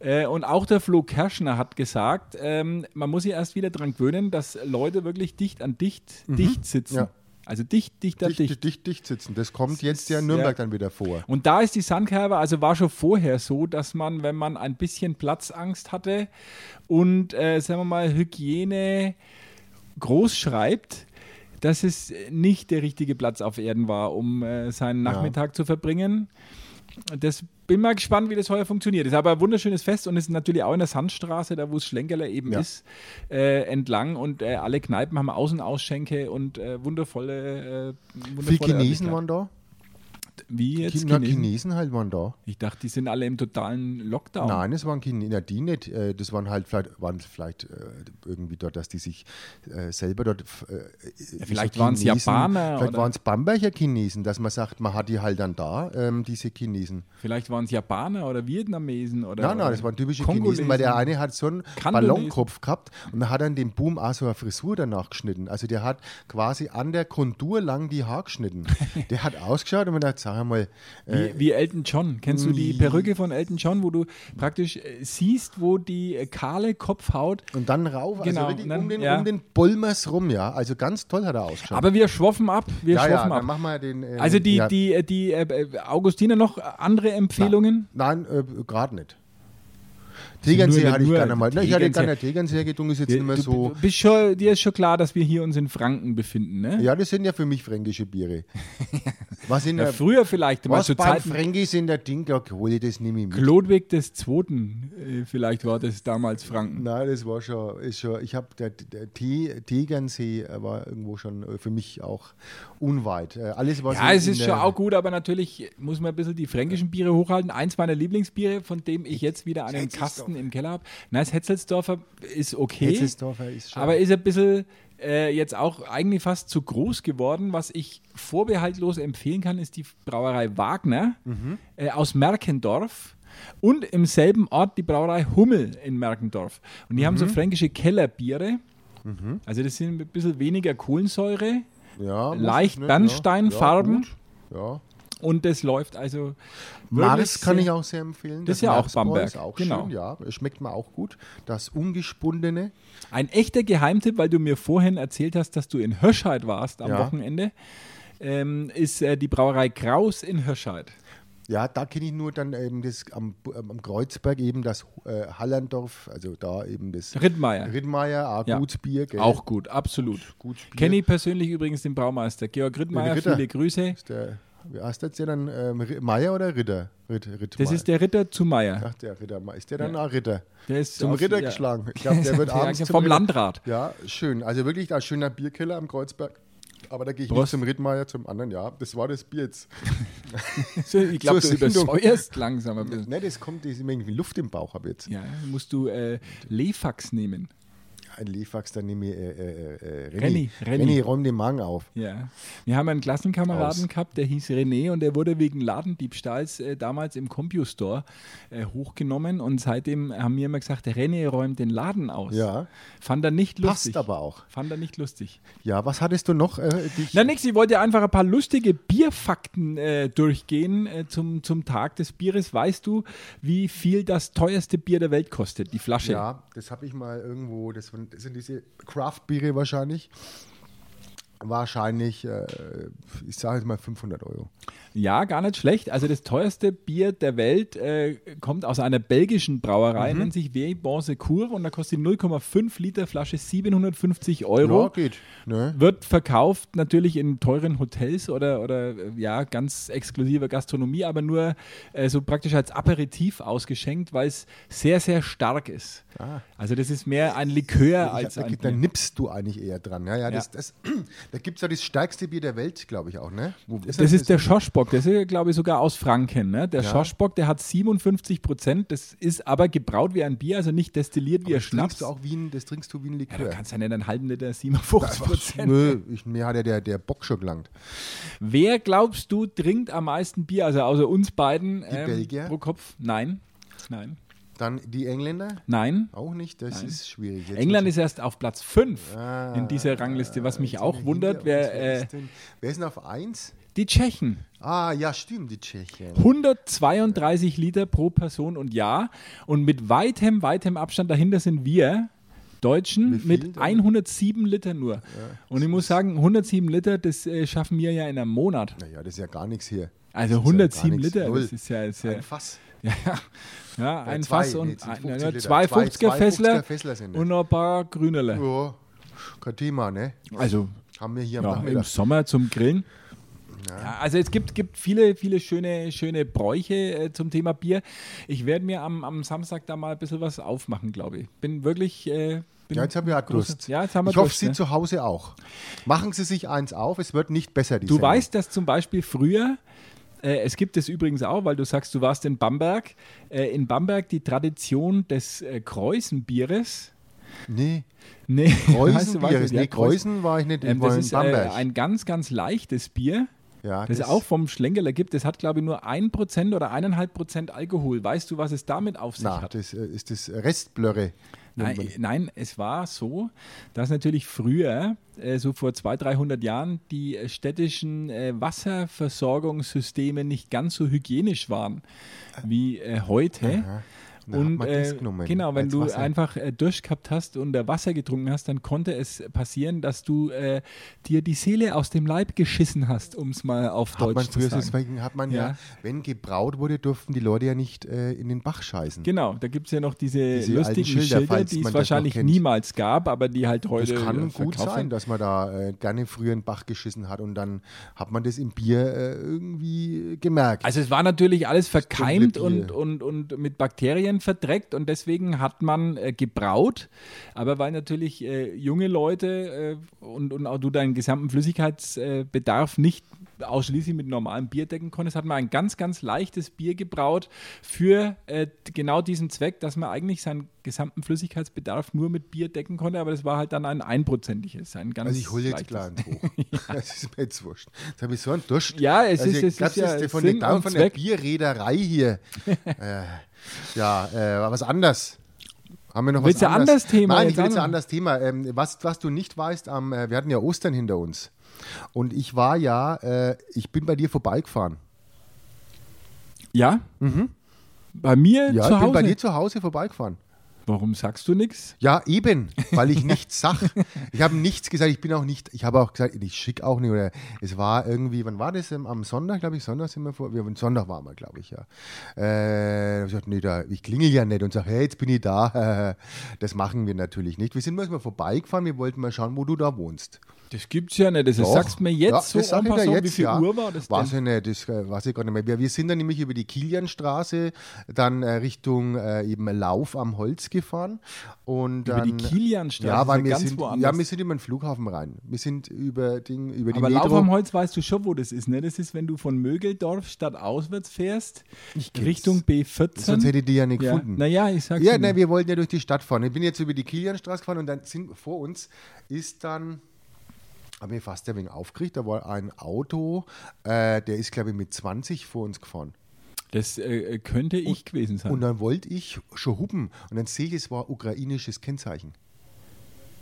Speaker 3: Äh, und auch der Flo Kerschner hat gesagt, ähm, man muss sich erst wieder dran gewöhnen, dass Leute wirklich dicht an dicht, dicht sitzen.
Speaker 2: Mhm. ja.
Speaker 3: Also dicht, dicht an
Speaker 2: Dicht,
Speaker 3: dicht.
Speaker 2: dicht, dicht, dicht sitzen. Das kommt jetzt ja in Nürnberg dann wieder vor.
Speaker 3: Und da ist die Sandkerbe, also war schon vorher so, dass man, wenn man ein bisschen Platzangst hatte und, äh, sagen wir mal, Hygiene groß schreibt, dass es nicht der richtige Platz auf Erden war, um äh, seinen Nachmittag zu verbringen. Das bin mal gespannt, wie das heuer funktioniert. Ist aber ein wunderschönes Fest und ist natürlich auch in der Sandstraße, da wo es Schlenkerler eben
Speaker 2: Ja.
Speaker 3: ist, äh, entlang. Und äh, alle Kneipen haben Außenausschenke und äh, wundervolle, äh, wundervolle
Speaker 2: Viel Chinesen
Speaker 3: Örtlichkeiten.
Speaker 2: waren da.
Speaker 3: Wie jetzt
Speaker 2: Na,
Speaker 3: Chinesen?
Speaker 2: Chinesen halt waren da.
Speaker 3: Ich dachte, die sind alle im totalen Lockdown.
Speaker 2: Nein, es waren Kinder, na, die nicht. Äh, Das waren halt vielleicht, waren vielleicht äh, irgendwie dort, dass die sich äh, selber dort. äh,
Speaker 3: vielleicht
Speaker 2: so
Speaker 3: waren's
Speaker 2: Chinesen-
Speaker 3: Japaner
Speaker 2: Vielleicht
Speaker 3: oder-
Speaker 2: waren es Bamberger Chinesen, dass man sagt, man hat die halt dann da, ähm, diese Chinesen.
Speaker 3: Vielleicht waren es Japaner oder Vietnamesen oder.
Speaker 2: nein, nein, das waren typische
Speaker 3: Kongolesen.
Speaker 2: Chinesen, weil der eine hat so einen
Speaker 3: Kandolesen.
Speaker 2: Ballonkopf gehabt und dann hat dann den Boom auch so eine Frisur danach geschnitten. Also der hat quasi an der Kontur lang die Haare
Speaker 3: *laughs*
Speaker 2: geschnitten. der hat ausgeschaut und man hat, sag mal, äh,
Speaker 3: Wie, wie Elton John. Kennst du
Speaker 2: Mm.
Speaker 3: die Perücke von Elton John, wo du praktisch äh, siehst, wo die äh, kahle Kopfhaut.
Speaker 2: Und dann rauf,
Speaker 3: Genau,
Speaker 2: also wirklich
Speaker 3: dann-
Speaker 2: um, den,
Speaker 3: ja.
Speaker 2: um den Bulmers rum, ja. Also ganz toll hat er ausgeschaut.
Speaker 3: Aber wir schwoffen ab. Wir
Speaker 2: ja, ja,
Speaker 3: schwoffen
Speaker 2: dann
Speaker 3: ab.
Speaker 2: machen wir den. äh,
Speaker 3: Also die,
Speaker 2: ja.
Speaker 3: die, äh, die äh, äh, Augustiner noch andere Empfehlungen?
Speaker 2: Nein, äh, gerade nicht.
Speaker 3: nur-
Speaker 2: Tegernsee hatte ich
Speaker 3: nur
Speaker 2: gerne mal. Na, ich hatte
Speaker 3: Tegernsee.
Speaker 2: gerne Tegernsee gedungen, ist jetzt nicht mehr
Speaker 3: Du-
Speaker 2: so.
Speaker 3: du bist schon, dir ist schon klar, dass wir hier uns in Franken befinden, ne?
Speaker 2: Ja, das sind ja für mich fränkische
Speaker 3: *laughs*
Speaker 2: Biere. Was in
Speaker 3: Ja,
Speaker 2: der.
Speaker 3: früher vielleicht, mal
Speaker 2: was
Speaker 3: zu
Speaker 2: beim
Speaker 3: Zeiten
Speaker 2: Fränkis in der Ding, da hole ich das nicht mehr mit.
Speaker 3: Klodwig des Zweiten, äh, vielleicht war das damals Franken.
Speaker 2: Nein, das war schon, ist schon ich habe der, der Te- Tegernsee äh, war irgendwo schon äh, für mich auch unweit. Äh, Alles was
Speaker 3: Ja,
Speaker 2: in-
Speaker 3: es
Speaker 2: in
Speaker 3: ist
Speaker 2: der-
Speaker 3: schon auch gut, aber natürlich muss man ein bisschen die fränkischen Biere hochhalten. Eins meiner Lieblingsbiere, von dem ich jetzt wieder einen Kasten im Keller habe. Nein, das Hetzelsdorfer ist okay.
Speaker 2: Hetzelsdorfer ist schon-
Speaker 3: Aber ist ein bisschen äh, jetzt auch eigentlich fast zu groß geworden. Was ich vorbehaltlos empfehlen kann, ist die Brauerei Wagner
Speaker 2: Mhm.
Speaker 3: äh, aus Merkendorf. Und im selben Ort die Brauerei Hummel in Merkendorf. Und die haben
Speaker 2: Mhm.
Speaker 3: so fränkische Kellerbiere. Also das sind ein bisschen weniger Kohlensäure,
Speaker 2: ja, muss
Speaker 3: leicht
Speaker 2: ich nicht,
Speaker 3: Bernsteinfarben.
Speaker 2: Ja, ja, gut, ja.
Speaker 3: Und das läuft also.
Speaker 2: Mars
Speaker 3: wirklich
Speaker 2: kann
Speaker 3: sehr-
Speaker 2: ich auch sehr empfehlen.
Speaker 3: Das ist ja auch
Speaker 2: Marsbräu
Speaker 3: Bamberg,
Speaker 2: Ist auch
Speaker 3: genau.
Speaker 2: schön, ja. Schmeckt mir auch gut. Das Ungespundene.
Speaker 3: Ein echter Geheimtipp, weil du mir vorhin erzählt hast, dass du in Höschheid warst am
Speaker 2: Ja.
Speaker 3: Wochenende, ähm, ist äh, die Brauerei Kraus in Höschheid.
Speaker 2: Ja, da kenne ich nur dann eben das am, ähm, am Kreuzberg eben das äh, Hallandorf, also da eben das
Speaker 3: Rittmeier.
Speaker 2: Rittmeier, auch
Speaker 3: Ja.
Speaker 2: gutes Bier. Gell?
Speaker 3: Auch gut, absolut.
Speaker 2: Gutes Bier.
Speaker 3: Kenne ich persönlich übrigens den Braumeister. Georg Rittmeier,
Speaker 2: Den Ritter.
Speaker 3: viele Grüße.
Speaker 2: Ist der, wie heißt der jetzt der dann? Ähm, Ri- Meier oder Ritter? Ritt, Rittmeier.
Speaker 3: Das ist der Ritter zu Meier.
Speaker 2: Ach, der Ritter. Ist der dann auch Ritter?
Speaker 3: Der ist
Speaker 2: Zum
Speaker 3: auf-
Speaker 2: Ritter
Speaker 3: ja.
Speaker 2: geschlagen.
Speaker 3: *laughs*
Speaker 2: Ich glaube, der wird
Speaker 3: Ja,
Speaker 2: abends zum
Speaker 3: vom
Speaker 2: Ritter.
Speaker 3: Landrat.
Speaker 2: Ja, schön. Also wirklich ein schöner Bierkeller am Kreuzberg. Aber da gehe ich nicht
Speaker 3: Prost.
Speaker 2: zum Rittmeier, zum anderen. Ja, das war das Bier jetzt.
Speaker 3: Ich glaube, *laughs* du
Speaker 2: Zur Sendung.
Speaker 3: übersäuerst langsam ein bisschen.
Speaker 2: Ne, das kommt, das ist mir irgendwie Luft im Bauch habe jetzt.
Speaker 3: Ja, musst du äh, Lefax nehmen.
Speaker 2: Ein Lefax, dann nehme ich äh, äh, äh,
Speaker 3: Renny,
Speaker 2: Renny.
Speaker 3: Renny.
Speaker 2: Renny. räum den Magen auf.
Speaker 3: Ja. Wir haben einen Klassenkameraden
Speaker 2: Aus.
Speaker 3: gehabt, der hieß René und der wurde wegen Ladendiebstahls äh, damals im Compustore äh, hochgenommen und seitdem haben wir immer gesagt, der René räumt den Laden aus.
Speaker 2: Ja.
Speaker 3: Fand er nicht
Speaker 2: Passt
Speaker 3: lustig.
Speaker 2: aber auch.
Speaker 3: Fand er nicht lustig.
Speaker 2: Ja, was hattest du noch? Äh, dich,
Speaker 3: Na nix, ich wollte einfach ein paar lustige Bierfakten äh, durchgehen äh, zum, zum Tag des Bieres. Weißt du, wie viel das teuerste Bier der Welt kostet, die Flasche?
Speaker 2: ja, das habe ich mal irgendwo, das, sind- das sind diese Craft-Biere wahrscheinlich. Wahrscheinlich, äh, ich sage jetzt mal 500 Euro.
Speaker 3: Ja, gar nicht schlecht. Also das teuerste Bier der Welt äh, kommt aus einer belgischen Brauerei,
Speaker 2: Mhm.
Speaker 3: nennt sich Vieille Bonsecourt und da kostet die 0,5 Liter Flasche 750 Euro.
Speaker 2: Ja, geht. Ne?
Speaker 3: Wird verkauft natürlich in teuren Hotels oder, oder äh, ja, ganz exklusiver Gastronomie, aber nur äh, so praktisch als Aperitif ausgeschenkt, weil es sehr, sehr stark ist. Also das ist mehr ein Likör
Speaker 2: Ah. Ich hab,
Speaker 3: als
Speaker 2: da,
Speaker 3: ein
Speaker 2: geht- da
Speaker 3: Bier.
Speaker 2: nippst du eigentlich eher dran. Ja, ja,
Speaker 3: Ja.
Speaker 2: Das, das, da gibt es ja das steigste Bier der Welt, glaube ich auch. Ne?
Speaker 3: Das ist der Schorschbock, das ist, ja, glaube ich, sogar aus Franken. Ne? Der
Speaker 2: Ja.
Speaker 3: Schorschbock, der hat 57 Prozent, das ist aber gebraut wie ein Bier, also nicht destilliert wie ein
Speaker 2: das trinkst
Speaker 3: Schnaps.
Speaker 2: du auch wie ein, das trinkst du wie ein
Speaker 3: ja, du
Speaker 2: Likör.
Speaker 3: kannst ja nicht einen halben Liter 57 Prozent.
Speaker 2: Nö, ich, mir hat ja der, der Bock schon gelangt.
Speaker 3: Wer glaubst du trinkt am meisten Bier, also außer uns beiden ähm,
Speaker 2: Belgier?
Speaker 3: pro Kopf? Nein, nein,
Speaker 2: Dann die Engländer?
Speaker 3: nein.
Speaker 2: Auch nicht, das ist schwierig. Jetzt Ah,
Speaker 3: England
Speaker 2: muss
Speaker 3: ist erst auf Platz 5 in dieser Rangliste, was mich
Speaker 2: ich-
Speaker 3: auch
Speaker 2: Hinter
Speaker 3: wundert.
Speaker 2: uns,
Speaker 3: Wer, äh,
Speaker 2: ist denn, wer ist denn auf 1?
Speaker 3: Die Tschechen.
Speaker 2: Ah, ja, stimmt, die Tschechien.
Speaker 3: 132 Liter pro Person und Jahr. Und mit weitem, weitem Abstand dahinter sind wir Deutschen
Speaker 2: Wie viel
Speaker 3: mit
Speaker 2: denn?
Speaker 3: 107 Liter nur. und ich muss sagen, 107 Liter, das äh, schaffen wir ja in einem Monat.
Speaker 2: Naja, das ist ja gar nichts hier.
Speaker 3: Also
Speaker 2: Das ist ja gar
Speaker 3: 107
Speaker 2: nichts.
Speaker 3: Liter,
Speaker 2: Null.
Speaker 3: das ist ja- ist ja-
Speaker 2: Ein Fass.
Speaker 3: *laughs* Ja, ja ein
Speaker 2: zwei,
Speaker 3: Fass
Speaker 2: nee,
Speaker 3: und
Speaker 2: jetzt sind
Speaker 3: ein,
Speaker 2: 50
Speaker 3: ja,
Speaker 2: Liter.
Speaker 3: zwei
Speaker 2: Zwei-
Speaker 3: 50er
Speaker 2: zwei
Speaker 3: Fässler
Speaker 2: 50er Fässler sind das.
Speaker 3: und noch ein paar Grünerle.
Speaker 2: Ja, kein Thema, ne?
Speaker 3: Also
Speaker 2: Haben wir hier am
Speaker 3: ja, im
Speaker 2: Nachmittag.
Speaker 3: Sommer zum Grillen. Ja, also es gibt, gibt viele, viele schöne, schöne Bräuche äh, zum Thema Bier. Ich werde mir am, am Samstag da mal ein bisschen was aufmachen, glaube ich. Bin wirklich... Äh, bin
Speaker 2: Ja, jetzt haben wir auch
Speaker 3: großer-
Speaker 2: Durst.
Speaker 3: Ja, jetzt haben wir
Speaker 2: ich hoffe,
Speaker 3: Durst,
Speaker 2: Sie
Speaker 3: ne?
Speaker 2: zu Hause auch. Machen Sie sich eins auf, es wird nicht besser, die
Speaker 3: Du
Speaker 2: Sendung.
Speaker 3: weißt, dass zum Beispiel früher, äh, es gibt es übrigens auch, weil du sagst, du warst in Bamberg, äh, in Bamberg die Tradition des äh, Kreuzenbieres. *laughs*
Speaker 2: Nee,
Speaker 3: Nee, *laughs* weißt du, weißt
Speaker 2: Kreuzenbier
Speaker 3: du,
Speaker 2: ist.
Speaker 3: ja,
Speaker 2: Nee, Kreuzen war ich nicht, ich
Speaker 3: Ähm,
Speaker 2: war
Speaker 3: das
Speaker 2: in
Speaker 3: ist äh,
Speaker 2: Bamberg.
Speaker 3: ein ganz, ganz leichtes Bier.
Speaker 2: ja,
Speaker 3: Das, auch vom Schlenkerler gibt. Das hat, glaube ich, nur 1% oder 1,5% Alkohol. Weißt du, was es damit auf sich
Speaker 2: Na,
Speaker 3: hat?
Speaker 2: das äh, ist das Restblöre.
Speaker 3: Nein, äh, nein, es war so, dass natürlich früher, äh, so vor 200, 300 Jahren, die äh, städtischen äh, Wasserversorgungssysteme nicht ganz so hygienisch waren wie äh, heute.
Speaker 2: Da hat man das genommen
Speaker 3: genau, wenn
Speaker 2: als
Speaker 3: du
Speaker 2: Wasser.
Speaker 3: einfach äh, durchgehabt hast und da Wasser getrunken hast, dann konnte es passieren, dass du äh, dir die Seele aus dem Leib geschissen hast, um es mal auf
Speaker 2: Hat
Speaker 3: Deutsch
Speaker 2: man
Speaker 3: zu
Speaker 2: früher,
Speaker 3: sagen.
Speaker 2: deswegen hat man ja.
Speaker 3: Ja.
Speaker 2: wenn gebraut wurde, durften die Leute ja nicht äh, in den Bach scheißen.
Speaker 3: Genau, da gibt es ja noch diese,
Speaker 2: Diese
Speaker 3: lustigen
Speaker 2: alten Schilder,
Speaker 3: Schilder,
Speaker 2: falls
Speaker 3: die
Speaker 2: man
Speaker 3: es
Speaker 2: das noch
Speaker 3: wahrscheinlich
Speaker 2: kennt.
Speaker 3: niemals gab, aber die halt heute.
Speaker 2: Das
Speaker 3: äh,
Speaker 2: kann gut
Speaker 3: verkauft
Speaker 2: sein,
Speaker 3: werden.
Speaker 2: dass man da äh, gerne früher in den Bach geschissen hat und dann hat man das im Bier äh, irgendwie gemerkt.
Speaker 3: Also es war natürlich alles verkeimt
Speaker 2: dunkle
Speaker 3: und,
Speaker 2: Bier.
Speaker 3: und, und mit Bakterien verdreckt und deswegen hat man äh, gebraut. Aber weil natürlich äh, junge Leute äh, und, und auch du deinen gesamten Flüssigkeitsbedarf äh, Bedarf nicht ausschließlich mit normalem Bier decken konntest, hat man ein ganz, ganz leichtes Bier gebraut für äh, genau diesen Zweck, dass man eigentlich seinen gesamten Flüssigkeitsbedarf nur mit Bier decken konnte, aber das war halt dann ein einprozentiges, ein ganz
Speaker 2: Also ich hole jetzt
Speaker 3: leichtes.
Speaker 2: klar einen Buch. *laughs* Das ist mir jetzt wurscht. Jetzt habe ich so einen Durst.
Speaker 3: Ja, es ist-
Speaker 2: also
Speaker 3: es
Speaker 2: das
Speaker 3: ist ja
Speaker 2: ist der von,
Speaker 3: Sinn
Speaker 2: der, Dampf
Speaker 3: und
Speaker 2: von der
Speaker 3: Zweck.
Speaker 2: Bierreederei hier.
Speaker 3: *laughs*
Speaker 2: äh, ja, äh, war was anders. Haben wir noch
Speaker 3: Willst du
Speaker 2: was
Speaker 3: ein
Speaker 2: anderes?
Speaker 3: anderes Thema
Speaker 2: Nein,
Speaker 3: jetzt
Speaker 2: ich will jetzt ein
Speaker 3: haben?
Speaker 2: anderes Thema. Ähm, was, was du nicht weißt, am, äh, wir hatten ja Ostern hinter uns. Und ich war ja, äh, ich bin bei dir vorbeigefahren.
Speaker 3: *laughs* Ja? Bei mir
Speaker 2: Mhm. Ja,
Speaker 3: zu
Speaker 2: ich bin bei
Speaker 3: Hause.
Speaker 2: dir zu Hause vorbeigefahren.
Speaker 3: Warum sagst du nichts?
Speaker 2: Ja, eben, weil ich nichts sag. Ich habe nichts gesagt, ich bin auch nicht, ich habe auch gesagt, ich schick auch nicht. Oder es war irgendwie, wann war das? Ähm, Am Sonntag, glaube ich, Sonntag sind wir vor. Wir, Sonntag waren wir, glaube ich, ja. Äh, da hab ich gesagt, nee, da, ich klingel ja nicht und sage, hey, jetzt bin ich da. *laughs* Das machen wir natürlich nicht. Wir sind mal erstmal vorbeigefahren, wir wollten mal schauen, wo du da wohnst.
Speaker 3: Das gibt's ja nicht. Das
Speaker 2: Doch.
Speaker 3: sagst du mir jetzt
Speaker 2: Ja,
Speaker 3: so
Speaker 2: das sag
Speaker 3: en
Speaker 2: ich dir
Speaker 3: passant.
Speaker 2: jetzt,
Speaker 3: Wie viel
Speaker 2: ja.
Speaker 3: Uhr war das denn?
Speaker 2: Weiß ich nicht, das äh, weiß ich gar nicht mehr. Wir, wir sind dann nämlich über die Kilianstraße dann äh, Richtung äh, eben Lauf am Holz gefahren. Und
Speaker 3: Über
Speaker 2: dann,
Speaker 3: die Kilianstraße,
Speaker 2: Ja,
Speaker 3: das
Speaker 2: weil
Speaker 3: ist ja
Speaker 2: wir
Speaker 3: ganz
Speaker 2: sind,
Speaker 3: woanders.
Speaker 2: ja, wir sind über den Flughafen rein. Wir sind über, den, über die
Speaker 3: Aber
Speaker 2: Metro.
Speaker 3: Lauf am Holz weißt du schon, wo das ist, ne? Das ist, wenn du von Mögeldorf statt auswärts fährst,
Speaker 2: kenn's.
Speaker 3: Richtung B14.
Speaker 2: Sonst hätte ich die ja nicht
Speaker 3: ja.
Speaker 2: gefunden.
Speaker 3: Naja, ich sag's
Speaker 2: Ja,
Speaker 3: dir.
Speaker 2: nein, wir wollten ja durch die Stadt fahren. Ich bin jetzt über die Kilianstraße gefahren und dann sind, vor uns ist dann, habe ich fast ein wenig aufgeregt, da war ein Auto, äh, der ist, glaube ich, mit 20 vor uns gefahren.
Speaker 3: das äh, könnte ich gewesen sein.
Speaker 2: Und dann wollte ich schon hupen. Und dann sehe ich, es war ukrainisches Kennzeichen.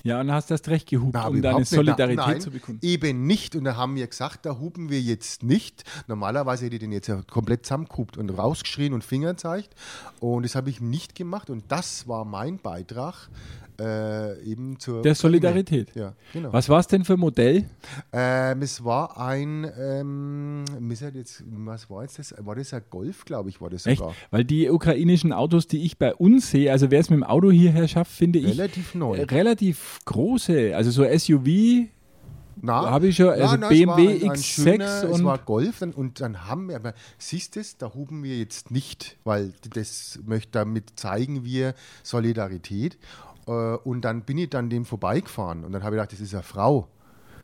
Speaker 3: ja, und hast das recht gehupt,
Speaker 2: Da habe
Speaker 3: um
Speaker 2: ich
Speaker 3: deine
Speaker 2: überhaupt nicht-
Speaker 3: Solidarität
Speaker 2: nein,
Speaker 3: zu bekunden.
Speaker 2: Eben nicht. Und da haben wir gesagt, da hupen wir jetzt nicht. Normalerweise hätte ich den jetzt ja komplett zusammengehupt und rausgeschrien und Finger zeigt. Und das habe ich nicht gemacht. Und das war mein Beitrag äh, eben zur.
Speaker 3: Der
Speaker 2: Ukraine.
Speaker 3: Solidarität.
Speaker 2: Ja, genau.
Speaker 3: Was war es denn für ein Modell?
Speaker 2: Ähm, es war ein. Ähm, mir hat jetzt, was war jetzt das? War das ein Golf, glaube ich, war das
Speaker 3: Echt?
Speaker 2: sogar.
Speaker 3: Weil die ukrainischen Autos, die ich bei uns sehe, also wer es mit dem Auto hierher schafft, finde ich
Speaker 2: Relativ neu.
Speaker 3: äh, relativ große, also so SUV,
Speaker 2: Na,
Speaker 3: Hab ich schon, also
Speaker 2: na, es war
Speaker 3: BMW
Speaker 2: ein- ein
Speaker 3: X6
Speaker 2: schöner- Es
Speaker 3: und-
Speaker 2: war Golf dann, und dann haben wir, aber siehst du, da huben wir jetzt nicht, weil das möchte, damit zeigen wir Solidarität. Äh, Und dann bin ich dann dem vorbeigefahren und dann habe ich gedacht, das ist eine Frau.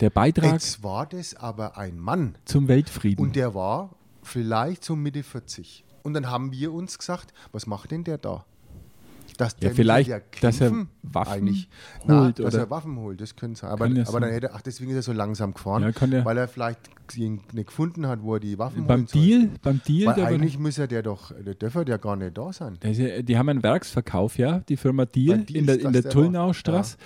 Speaker 3: der Beitrag
Speaker 2: Jetzt war das aber ein Mann
Speaker 3: zum Weltfrieden.
Speaker 2: und der war vielleicht so Mitte 40. Und dann haben wir uns gesagt, was macht denn der da? Dass
Speaker 3: Ja,
Speaker 2: der
Speaker 3: vielleicht,
Speaker 2: mit der
Speaker 3: dass er
Speaker 2: kämpfen
Speaker 3: Waffen
Speaker 2: eigentlich.
Speaker 3: holt,
Speaker 2: Na, dass
Speaker 3: oder?
Speaker 2: er Waffen holt, das könnte sein. Aber,
Speaker 3: Kann ja
Speaker 2: aber dann
Speaker 3: sein.
Speaker 2: hätte, ach, deswegen ist er so langsam gefahren,
Speaker 3: Ja, kann der-
Speaker 2: weil er vielleicht ihn nicht gefunden hat, wo er die Waffen
Speaker 3: Beim
Speaker 2: holen soll.
Speaker 3: Deal, beim
Speaker 2: halt-
Speaker 3: Deal,
Speaker 2: Weil
Speaker 3: der war-
Speaker 2: eigentlich muss er der doch, der dürfte ja gar nicht da sein.
Speaker 3: Der ist ja, die haben einen Werksverkauf, ja, die Firma Deal
Speaker 2: Bei Deal
Speaker 3: in der,
Speaker 2: ist das
Speaker 3: in der
Speaker 2: der
Speaker 3: Tullnaustraße.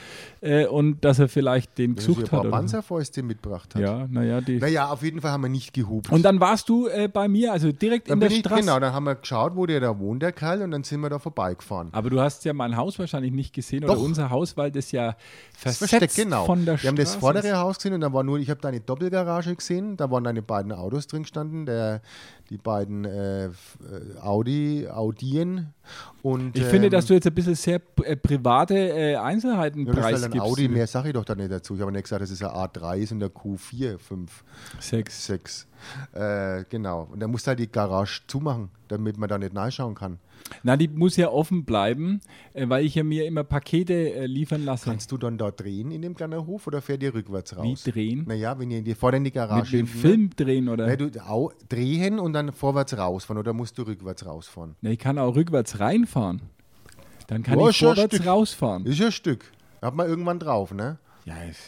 Speaker 3: Äh, und dass er vielleicht den
Speaker 2: Wenn er sich
Speaker 3: gesucht
Speaker 2: ein
Speaker 3: hat.
Speaker 2: paar
Speaker 3: Oder so.
Speaker 2: Panzerfäuste mitgebracht hat.
Speaker 3: Ja, naja, die.
Speaker 2: Naja, auf jeden Fall haben wir nicht gehupt.
Speaker 3: Und dann warst du äh, bei mir, also direkt in
Speaker 2: Dann
Speaker 3: der
Speaker 2: bin ich,
Speaker 3: Straße.
Speaker 2: genau, dann haben wir geschaut, wo der da wohnt, der Kerl, und dann sind wir da vorbeigefahren.
Speaker 3: Aber du hast ja mein Haus wahrscheinlich nicht gesehen oder
Speaker 2: Doch.
Speaker 3: unser Haus, weil das ja
Speaker 2: Das
Speaker 3: versetzt
Speaker 2: Versteck, genau.
Speaker 3: von der
Speaker 2: wir haben das
Speaker 3: Straße
Speaker 2: vordere
Speaker 3: ist.
Speaker 2: Haus gesehen und da war nur, ich habe deine Doppelgarage gesehen, da waren deine beiden Autos drin gestanden, der, die beiden äh, F- äh, Audi, Audien und
Speaker 3: Ich finde, dass du jetzt ein bisschen sehr äh, private äh, Einzelheiten
Speaker 2: ähm, ja, das ist halt ein
Speaker 3: preisgibst.
Speaker 2: Audi, mehr sage ich doch da nicht dazu. Ich habe nicht gesagt, dass es ein A3 ist und der Q4, 5,
Speaker 3: Sechs.
Speaker 2: 6. Äh, genau. Und dann musst du halt die Garage zumachen, damit man da nicht nachschauen kann.
Speaker 3: Na, die muss ja offen bleiben, äh, weil ich ja mir immer Pakete äh, liefern lasse.
Speaker 2: Kannst du dann da drehen in dem kleinen Hof oder fährt ihr rückwärts raus?
Speaker 3: drehen?
Speaker 2: Naja, wenn ihr in die vorne in die
Speaker 3: Mit
Speaker 2: Garage
Speaker 3: dem
Speaker 2: hinten-
Speaker 3: Film drehen oder?
Speaker 2: Nee, ne? Äh, du au, drehen und dann vorwärts rausfahren oder musst du rückwärts rausfahren?
Speaker 3: Na, ich kann auch rückwärts reinfahren. Dann kann
Speaker 2: Ja,
Speaker 3: ich
Speaker 2: ist ja ein
Speaker 3: vorwärts
Speaker 2: Stück.
Speaker 3: rausfahren.
Speaker 2: Ist ja ein Stück. Hat man irgendwann drauf, ne?
Speaker 3: Ja, ist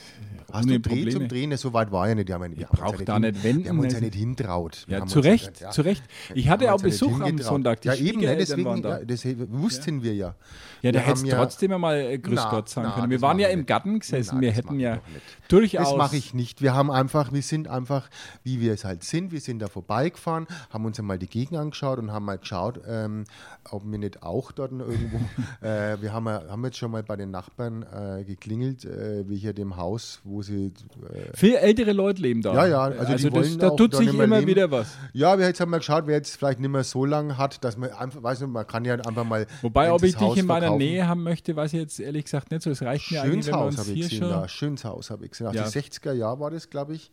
Speaker 2: Hast du
Speaker 3: ohne
Speaker 2: Dreh
Speaker 3: Probleme.
Speaker 2: zum Drehen? So weit war ja nicht. Die haben, ja- die haben uns
Speaker 3: braucht
Speaker 2: ja
Speaker 3: da
Speaker 2: hin-
Speaker 3: nicht wenden,
Speaker 2: Die haben uns ja
Speaker 3: also-
Speaker 2: nicht hintraut. Wir
Speaker 3: Ja,
Speaker 2: haben
Speaker 3: zu
Speaker 2: uns ja
Speaker 3: Recht,
Speaker 2: nicht- ja.
Speaker 3: zu Recht. Ich
Speaker 2: Wir
Speaker 3: hatte
Speaker 2: haben
Speaker 3: auch
Speaker 2: uns nicht
Speaker 3: Besuch am
Speaker 2: hingetraut.
Speaker 3: Sonntag. Die
Speaker 2: ja, eben, ne,
Speaker 3: Schwiegereltern
Speaker 2: deswegen,
Speaker 3: waren da.
Speaker 2: ja, das he- wussten wir ja.
Speaker 3: Ja, da
Speaker 2: Wir haben
Speaker 3: hättest trotzdem einmal äh, Grüß
Speaker 2: Na,
Speaker 3: Gott sagen
Speaker 2: na,
Speaker 3: können. Wir
Speaker 2: das
Speaker 3: waren
Speaker 2: mach
Speaker 3: ja
Speaker 2: ich
Speaker 3: im
Speaker 2: nicht.
Speaker 3: Garten gesessen.
Speaker 2: Na,
Speaker 3: wir
Speaker 2: das mach
Speaker 3: hätten
Speaker 2: ich
Speaker 3: ja
Speaker 2: doch nicht.
Speaker 3: durchaus.
Speaker 2: Das mache ich nicht. Wir haben einfach, wir sind einfach, wie wir es halt sind, wir sind da vorbeigefahren, haben uns einmal die Gegend angeschaut und haben mal geschaut, ähm, ob wir nicht auch dort
Speaker 3: *laughs*
Speaker 2: irgendwo. äh, wir haben, ja- haben jetzt schon mal bei den Nachbarn äh, geklingelt, äh, wie hier dem Haus, wo sie. Äh,
Speaker 3: Viel ältere Leute leben da.
Speaker 2: ja, ja, also, die
Speaker 3: das,
Speaker 2: wollen
Speaker 3: da
Speaker 2: auch
Speaker 3: tut
Speaker 2: da
Speaker 3: sich
Speaker 2: nicht mehr
Speaker 3: immer
Speaker 2: leben.
Speaker 3: wieder was.
Speaker 2: Ja, wir jetzt haben mal geschaut, wer jetzt vielleicht nicht mehr so lange hat, dass man einfach, weiß nicht, man kann ja einfach mal.
Speaker 3: Wobei,
Speaker 2: wenn
Speaker 3: ob
Speaker 2: das
Speaker 3: ich dich
Speaker 2: Haus
Speaker 3: in meiner
Speaker 2: verkaufen-
Speaker 3: Nähe haben möchte, weiß ich jetzt ehrlich gesagt nicht so. Es reicht mir eigentlich,
Speaker 2: Schönes
Speaker 3: wenn wir
Speaker 2: Haus
Speaker 3: uns
Speaker 2: habe ich
Speaker 3: hier
Speaker 2: gesehen,
Speaker 3: schon.
Speaker 2: ja. Schönes Haus habe ich gesehen. Aus
Speaker 3: Ja.
Speaker 2: den 60er Jahren war das, glaube ich.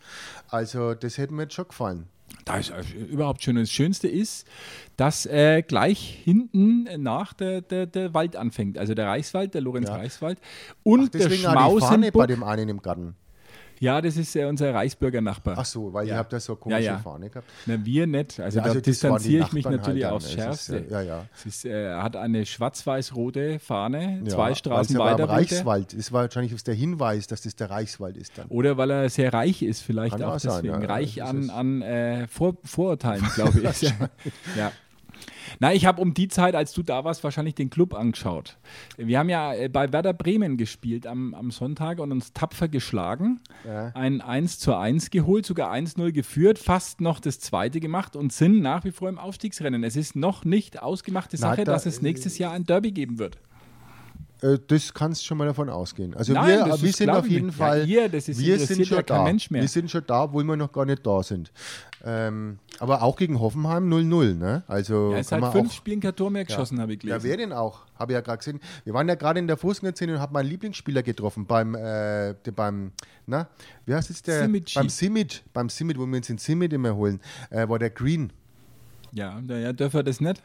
Speaker 2: Also, das hätte mir jetzt schon gefallen.
Speaker 3: Da ist äh, überhaupt schön. Und das Schönste ist, dass äh, gleich hinten nach der, der, der Wald anfängt. Also der Reichswald, der Lorenz-Reichswald. Und der
Speaker 2: Deswegen auch die Fahne bei
Speaker 3: Schmausenburg.
Speaker 2: dem einen im Garten.
Speaker 3: Ja, das ist äh, unser Reichsbürger-Nachbar.
Speaker 2: Ach so, weil ihr habt da so eine
Speaker 3: Ja,
Speaker 2: komische
Speaker 3: ja.
Speaker 2: Fahne gehabt.
Speaker 3: Na, wir nicht. Also,
Speaker 2: Ja, also
Speaker 3: da
Speaker 2: das waren die
Speaker 3: distanziere ich mich
Speaker 2: Nachbarn
Speaker 3: natürlich
Speaker 2: halt dann.
Speaker 3: aufs
Speaker 2: Es ist,
Speaker 3: Schärfste.
Speaker 2: ja, ja.
Speaker 3: Es ist, äh, er hat eine schwarz-weiß-rote Fahne,
Speaker 2: Ja,
Speaker 3: zwei Straßen
Speaker 2: weil es ja
Speaker 3: weiter.
Speaker 2: beim
Speaker 3: wohnt er.
Speaker 2: Reichswald. ist wahrscheinlich ist der Hinweis, dass das der Reichswald ist dann.
Speaker 3: Oder weil er sehr reich ist, vielleicht
Speaker 2: Kann
Speaker 3: auch
Speaker 2: auch sein,
Speaker 3: deswegen.
Speaker 2: ja, ja,
Speaker 3: reich
Speaker 2: das
Speaker 3: an,
Speaker 2: ist-
Speaker 3: an äh, Vor
Speaker 2: *laughs*
Speaker 3: Vorurteilen, glaube ich. ja. ja. Na, ich habe um die Zeit, als du da warst, wahrscheinlich den Club angeschaut. Wir haben ja äh, bei Werder Bremen gespielt am, am Sonntag und uns tapfer geschlagen. Ein 1 zu 1 geholt, sogar 1-0 geführt, fast noch das zweite gemacht und sind nach wie vor im Aufstiegsrennen. Es ist noch nicht ausgemachte
Speaker 2: Na,
Speaker 3: Sache,
Speaker 2: da-
Speaker 3: dass es nächstes Jahr ein Derby geben wird.
Speaker 2: Äh, das kannst schon mal davon ausgehen. Also
Speaker 3: Nein,
Speaker 2: wir,
Speaker 3: das
Speaker 2: wir
Speaker 3: ist
Speaker 2: sind
Speaker 3: klar,
Speaker 2: auf jeden
Speaker 3: ja,
Speaker 2: Fall,
Speaker 3: ihr, das ist-
Speaker 2: wir
Speaker 3: interessiert
Speaker 2: sind
Speaker 3: ja
Speaker 2: schon
Speaker 3: kein
Speaker 2: da.
Speaker 3: Mensch mehr.
Speaker 2: Wir sind schon da, wo wir noch gar nicht da sind. Ähm, aber auch gegen Hoffenheim 0-0, ne? Also
Speaker 3: Er
Speaker 2: kann
Speaker 3: ist seit
Speaker 2: man
Speaker 3: fünf
Speaker 2: auch
Speaker 3: Spielen kein Tor mehr geschossen, habe ich
Speaker 2: Ja, wer
Speaker 3: gelesen.
Speaker 2: denn auch? Habe ich ja gerade gesehen. Wir waren ja gerade in der Fußgängerzone und haben meinen Lieblingsspieler getroffen beim, äh, de- beim, na, wie heißt jetzt der?
Speaker 3: Simici.
Speaker 2: Beim Simit, beim Simit, wo wir uns den Simit immer holen, äh, war der Green.
Speaker 3: Ja, naja, dürfen wir das nicht?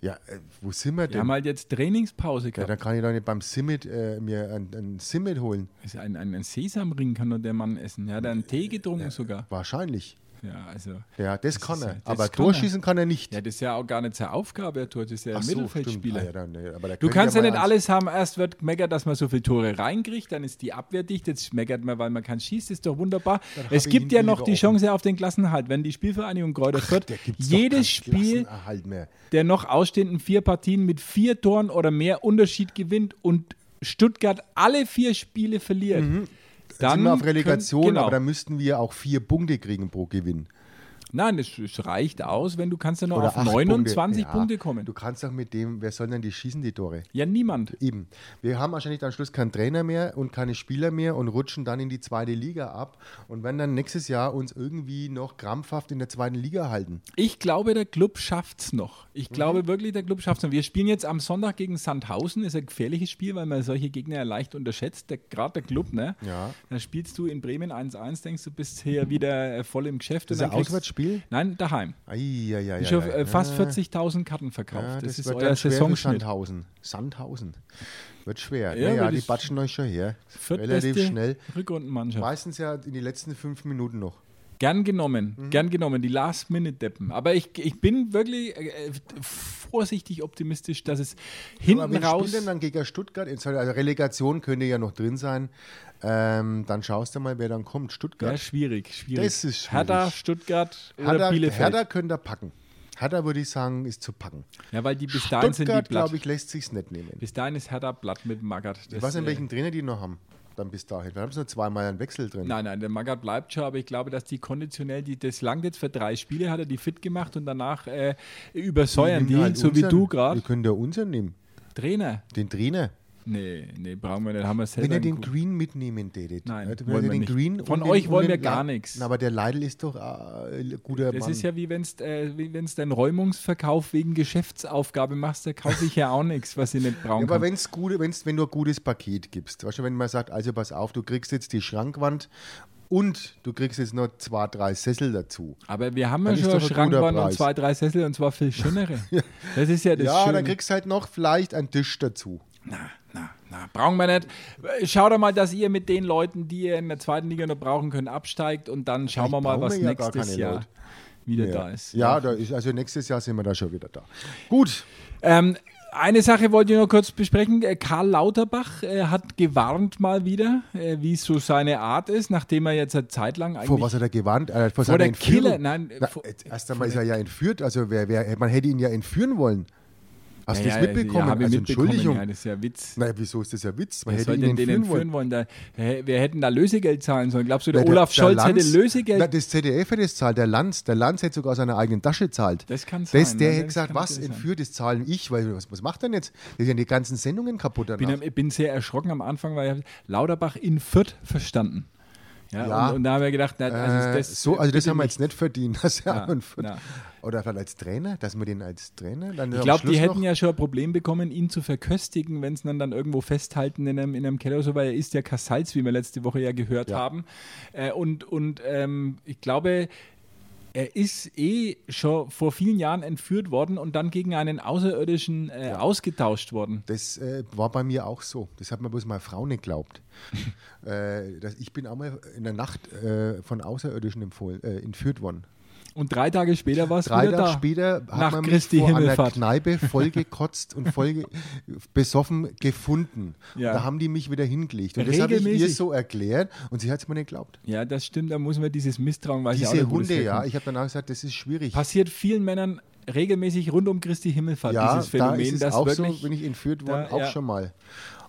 Speaker 2: Ja, äh, wo sind wir
Speaker 3: Wir
Speaker 2: denn?
Speaker 3: haben
Speaker 2: Ja,
Speaker 3: halt jetzt Trainingspause gehabt.
Speaker 2: dann kann ich doch nicht beim Simit äh, mir einen, einen Simit holen.
Speaker 3: Also ein, ein, ein Sesamring kann nur der Mann essen. Er hat einen Tee getrunken sogar.
Speaker 2: Wahrscheinlich.
Speaker 3: Ja, also.
Speaker 2: Äh, Ja, das,
Speaker 3: Das
Speaker 2: kann
Speaker 3: ist
Speaker 2: er.
Speaker 3: ja- das
Speaker 2: aber
Speaker 3: kann
Speaker 2: durchschießen kann er nicht.
Speaker 3: Ja, das ist ja auch gar nicht seine Aufgabe, Herr Tor. Das ist ja ein Mittelfeldspieler.
Speaker 2: Ah, ja, dann, nee, aber der
Speaker 3: Du
Speaker 2: könnte
Speaker 3: kannst ja
Speaker 2: mal
Speaker 3: nicht
Speaker 2: ans-
Speaker 3: alles haben. Erst wird gemeckert, dass man so viele Tore reinkriegt, dann ist die Abwehr dicht. Jetzt meckert man, weil man kann schießt. Ist doch wunderbar. Es
Speaker 2: hab ich ihn
Speaker 3: gibt ja noch
Speaker 2: lieber
Speaker 3: die
Speaker 2: offen.
Speaker 3: Chance auf den Klassenhalt. Wenn die Spielvereinigung Kräuter Fürth
Speaker 2: Der gibt's doch keinen
Speaker 3: jedes Spiel
Speaker 2: Klassenerhalt mehr.
Speaker 3: der noch ausstehenden vier Partien mit vier Toren oder mehr Unterschied gewinnt und Stuttgart alle vier Spiele verliert,
Speaker 2: Dann Mhm. sind wir auf
Speaker 3: können-
Speaker 2: Relegation,
Speaker 3: genau.
Speaker 2: aber dann müssten wir auch vier Punkte kriegen pro Gewinn.
Speaker 3: Nein, es, es reicht aus, wenn du kannst ja noch
Speaker 2: Oder
Speaker 3: auf
Speaker 2: acht
Speaker 3: 29
Speaker 2: Punkte.
Speaker 3: Punkte,
Speaker 2: Ja,
Speaker 3: kommen.
Speaker 2: Du kannst doch mit dem, wer soll denn die schießen, die Tore?
Speaker 3: ja, niemand.
Speaker 2: Eben. Wir haben wahrscheinlich dann am Schluss keinen Trainer mehr und keine Spieler mehr und rutschen dann in die zweite Liga ab und werden dann nächstes Jahr uns irgendwie noch krampfhaft in der zweiten Liga halten.
Speaker 3: Ich glaube, der Club schafft's noch. Ich
Speaker 2: Mhm.
Speaker 3: glaube wirklich, der Club schafft's noch. Wir spielen jetzt am Sonntag gegen Sandhausen. Ist ein gefährliches Spiel, weil man solche Gegner ja leicht unterschätzt. Der- Gerade der Club, ne?
Speaker 2: Ja.
Speaker 3: Da spielst du in Bremen 1-1, denkst du bist hier wieder äh, voll im Geschäft.
Speaker 2: Das
Speaker 3: und
Speaker 2: ist
Speaker 3: dann
Speaker 2: ein
Speaker 3: kriegst-
Speaker 2: Auswärtsspiel?
Speaker 3: Nein, daheim.
Speaker 2: Eieieiei.
Speaker 3: Ich habe äh, fast
Speaker 2: Ja,
Speaker 3: 40.000 Karten verkauft.
Speaker 2: ja,
Speaker 3: das, ist
Speaker 2: wird
Speaker 3: euer
Speaker 2: dann schwer für
Speaker 3: Saisonschnitt.
Speaker 2: Sandhausen. Sandhausen. Wird schwer.
Speaker 3: Ja,
Speaker 2: Ja, naja,
Speaker 3: aber
Speaker 2: die
Speaker 3: das-
Speaker 2: batschen euch schon her.
Speaker 3: Viertbeste
Speaker 2: Relativ schnell.
Speaker 3: Rückrundenmannschaft.
Speaker 2: Meistens ja in die letzten fünf Minuten noch.
Speaker 3: Gern genommen,
Speaker 2: Mhm.
Speaker 3: gern genommen, die Last-Minute-Deppen. Aber ich, ich bin wirklich äh, vorsichtig optimistisch, dass es
Speaker 2: Aber
Speaker 3: hinten
Speaker 2: wen
Speaker 3: raus.
Speaker 2: spielt denn dann gegen Stuttgart? Jetzt, Also Relegation könnte ja noch drin sein. Ähm, dann schaust du mal, wer dann kommt.
Speaker 3: Ja,
Speaker 2: Stuttgart.
Speaker 3: schwierig, schwierig.
Speaker 2: Das ist schwierig.
Speaker 3: Hertha, Stuttgart oder
Speaker 2: Hertha,
Speaker 3: Bielefeld.
Speaker 2: Hertha könnte er packen. Hertha würde ich sagen, ist zu packen.
Speaker 3: Ja, weil die bis dahin sind die
Speaker 2: Stuttgart,
Speaker 3: platt.
Speaker 2: glaube ich, lässt sich's nicht nehmen.
Speaker 3: Bis dahin ist Hertha platt mit Magath.
Speaker 2: Ich
Speaker 3: Das,
Speaker 2: weiß nicht,
Speaker 3: äh,
Speaker 2: welchen Trainer die noch haben. Dann bis dahin. Wir haben es nur zweimal einen Wechsel drin.
Speaker 3: Nein, nein, der Magath bleibt schon, aber ich glaube, dass die konditionell, die, das langt jetzt für drei Spiele, hat er die fit gemacht und danach äh, übersäuern
Speaker 2: Nimm
Speaker 3: die, ihn,
Speaker 2: halt
Speaker 3: so wie
Speaker 2: unseren.
Speaker 3: du
Speaker 2: Wir
Speaker 3: gerade.
Speaker 2: können ja unseren nehmen.
Speaker 3: Trainer?
Speaker 2: Den Trainer.
Speaker 3: Nee, nee, brauchen wir nicht, haben wir selber.
Speaker 2: Wenn ihr
Speaker 3: einen
Speaker 2: den
Speaker 3: guten-
Speaker 2: Green mitnehmen tätet.
Speaker 3: Nein,
Speaker 2: Wenn
Speaker 3: wollen
Speaker 2: ihr
Speaker 3: wir
Speaker 2: den
Speaker 3: nicht.
Speaker 2: Green und
Speaker 3: Von
Speaker 2: den,
Speaker 3: euch
Speaker 2: und
Speaker 3: wollen
Speaker 2: den
Speaker 3: wir gar
Speaker 2: Le-
Speaker 3: nichts.
Speaker 2: Na, Aber der Leidl ist doch äh, ein guter
Speaker 3: Das
Speaker 2: Mann.
Speaker 3: ist ja wie wenn es äh, wie wenn's deinen Räumungsverkauf wegen Geschäftsaufgabe machst, da kaufe ich ja auch nichts, was ich nicht brauchen
Speaker 2: *laughs* Ja, aber
Speaker 3: kann.
Speaker 2: wenn's gute, wenn's, wenn du ein gutes Paket gibst, weißt du, wenn man sagt, also pass auf, du kriegst jetzt die Schrankwand und du kriegst jetzt noch zwei, drei Sessel dazu.
Speaker 3: Aber wir haben ja
Speaker 2: Dann ist
Speaker 3: schon
Speaker 2: doch
Speaker 3: eine
Speaker 2: ein guter
Speaker 3: Schrankwand und
Speaker 2: Preis.
Speaker 3: zwei, drei Sessel und
Speaker 2: *laughs*
Speaker 3: zwar viel schönere. Das ist ja das
Speaker 2: ja,
Speaker 3: Schöne.
Speaker 2: dann kriegst halt noch vielleicht einen Tisch dazu.
Speaker 3: na, na, na, brauchen wir nicht. Schaut doch mal, dass ihr mit den Leuten, die ihr in der zweiten Liga noch brauchen könnt, absteigt und dann schauen wir mal,
Speaker 2: brauchen
Speaker 3: was
Speaker 2: wir ja gar
Speaker 3: nächstes
Speaker 2: keine
Speaker 3: Jahr
Speaker 2: Leute.
Speaker 3: wieder
Speaker 2: ja.
Speaker 3: da ist.
Speaker 2: Ja, da ist, also nächstes Jahr sind wir da schon wieder da. Gut,
Speaker 3: Ähm, eine Sache wollte ich noch kurz besprechen. Äh, Karl Lauterbach äh, hat gewarnt mal wieder, äh, wie es so seine Art ist, nachdem er jetzt eine Zeit lang eigentlich
Speaker 2: vor was hat er gewarnt? Äh, vor
Speaker 3: der
Speaker 2: Entführung.
Speaker 3: Killer, nein,
Speaker 2: Na,
Speaker 3: vor-
Speaker 2: jetzt erst einmal ist er ja entführt, also wer, wer, man hätte ihn ja entführen wollen. Hast du
Speaker 3: Ja,
Speaker 2: das
Speaker 3: ja,
Speaker 2: mitbekommen?
Speaker 3: Ja, hab ich
Speaker 2: also
Speaker 3: mitbekommen.
Speaker 2: Entschuldigung.
Speaker 3: Ja, das ist ja Witz.
Speaker 2: Na, wieso ist das ja Witz? Man
Speaker 3: Wer
Speaker 2: hätte ihn
Speaker 3: sollte denn den
Speaker 2: entführen wollen.
Speaker 3: entführen wollen? Da, hä, wir hätten da Lösegeld zahlen sollen. Glaubst du, der,
Speaker 2: Na,
Speaker 3: Olaf
Speaker 2: der
Speaker 3: Scholz hätte
Speaker 2: Lanz-
Speaker 3: Lösegeld?
Speaker 2: Na, das ZDF hätte es zahlt, der Lanz. Der Lanz hätte sogar aus seiner eigenen Tasche zahlt.
Speaker 3: Das kann sein,
Speaker 2: Das, der
Speaker 3: ne?
Speaker 2: hätte
Speaker 3: Das
Speaker 2: gesagt,
Speaker 3: kann
Speaker 2: was
Speaker 3: natürlich sein.
Speaker 2: entführt, das zahlen ich. Weil, was, was macht denn jetzt? Das sind ja die ganzen Sendungen kaputt danach.
Speaker 3: bin, am- ich bin sehr erschrocken am Anfang, weil ich hab Lauterbach in Fürth verstanden. Ja,
Speaker 2: Ja.
Speaker 3: Und, und da haben wir gedacht, na, also
Speaker 2: Äh,
Speaker 3: das,
Speaker 2: so, also das
Speaker 3: bitte
Speaker 2: haben wir
Speaker 3: nicht.
Speaker 2: jetzt nicht verdient. Dass er
Speaker 3: Na,
Speaker 2: einen Fürth-
Speaker 3: na.
Speaker 2: Oder vielleicht als Trainer, dass wir den als Trainer dann
Speaker 3: Ich glaube, die hätten ja schon ein Problem bekommen, ihn zu verköstigen, wenn sie ihn dann irgendwo festhalten in einem, in einem Keller oder so, weil er ist ja Kassalz, wie wir letzte Woche ja gehört
Speaker 2: Ja.
Speaker 3: haben. Äh, und und ähm, ich glaube, er ist eh schon vor vielen Jahren entführt worden und dann gegen einen Außerirdischen äh, ausgetauscht worden.
Speaker 2: Das äh, war bei mir auch so. Das hat mir bloß meine Frau nicht
Speaker 3: *laughs*
Speaker 2: geglaubt. äh, dass, ich bin auch mal in der Nacht äh, von Außerirdischen empfohlen, äh, entführt worden.
Speaker 3: Und drei Tage später war es
Speaker 2: Drei
Speaker 3: wieder
Speaker 2: Tage
Speaker 3: da.
Speaker 2: später hat
Speaker 3: Nach
Speaker 2: man
Speaker 3: Christi
Speaker 2: mich vor einer
Speaker 3: Himmelfahrt. *laughs*
Speaker 2: Kneipe vollgekotzt und voll ge- besoffen gefunden.
Speaker 3: Ja.
Speaker 2: Und da haben die mich wieder hingelegt. Und das habe ich ihr
Speaker 3: Regelmäßig.
Speaker 2: so erklärt und sie hat es mir nicht geglaubt.
Speaker 3: Ja, das stimmt, da muss man dieses Misstrauen, weil ich auch
Speaker 2: Diese
Speaker 3: nicht, wo das
Speaker 2: Hunde, ja,
Speaker 3: herkommt.
Speaker 2: ich habe danach gesagt, das ist schwierig.
Speaker 3: Passiert vielen Männern regelmäßig rund um Christi Himmelfahrt,
Speaker 2: ja,
Speaker 3: dieses Phänomen,
Speaker 2: da ist es
Speaker 3: das
Speaker 2: auch
Speaker 3: wirklich.
Speaker 2: so, bin ich entführt
Speaker 3: da,
Speaker 2: worden, auch
Speaker 3: ja.
Speaker 2: schon mal.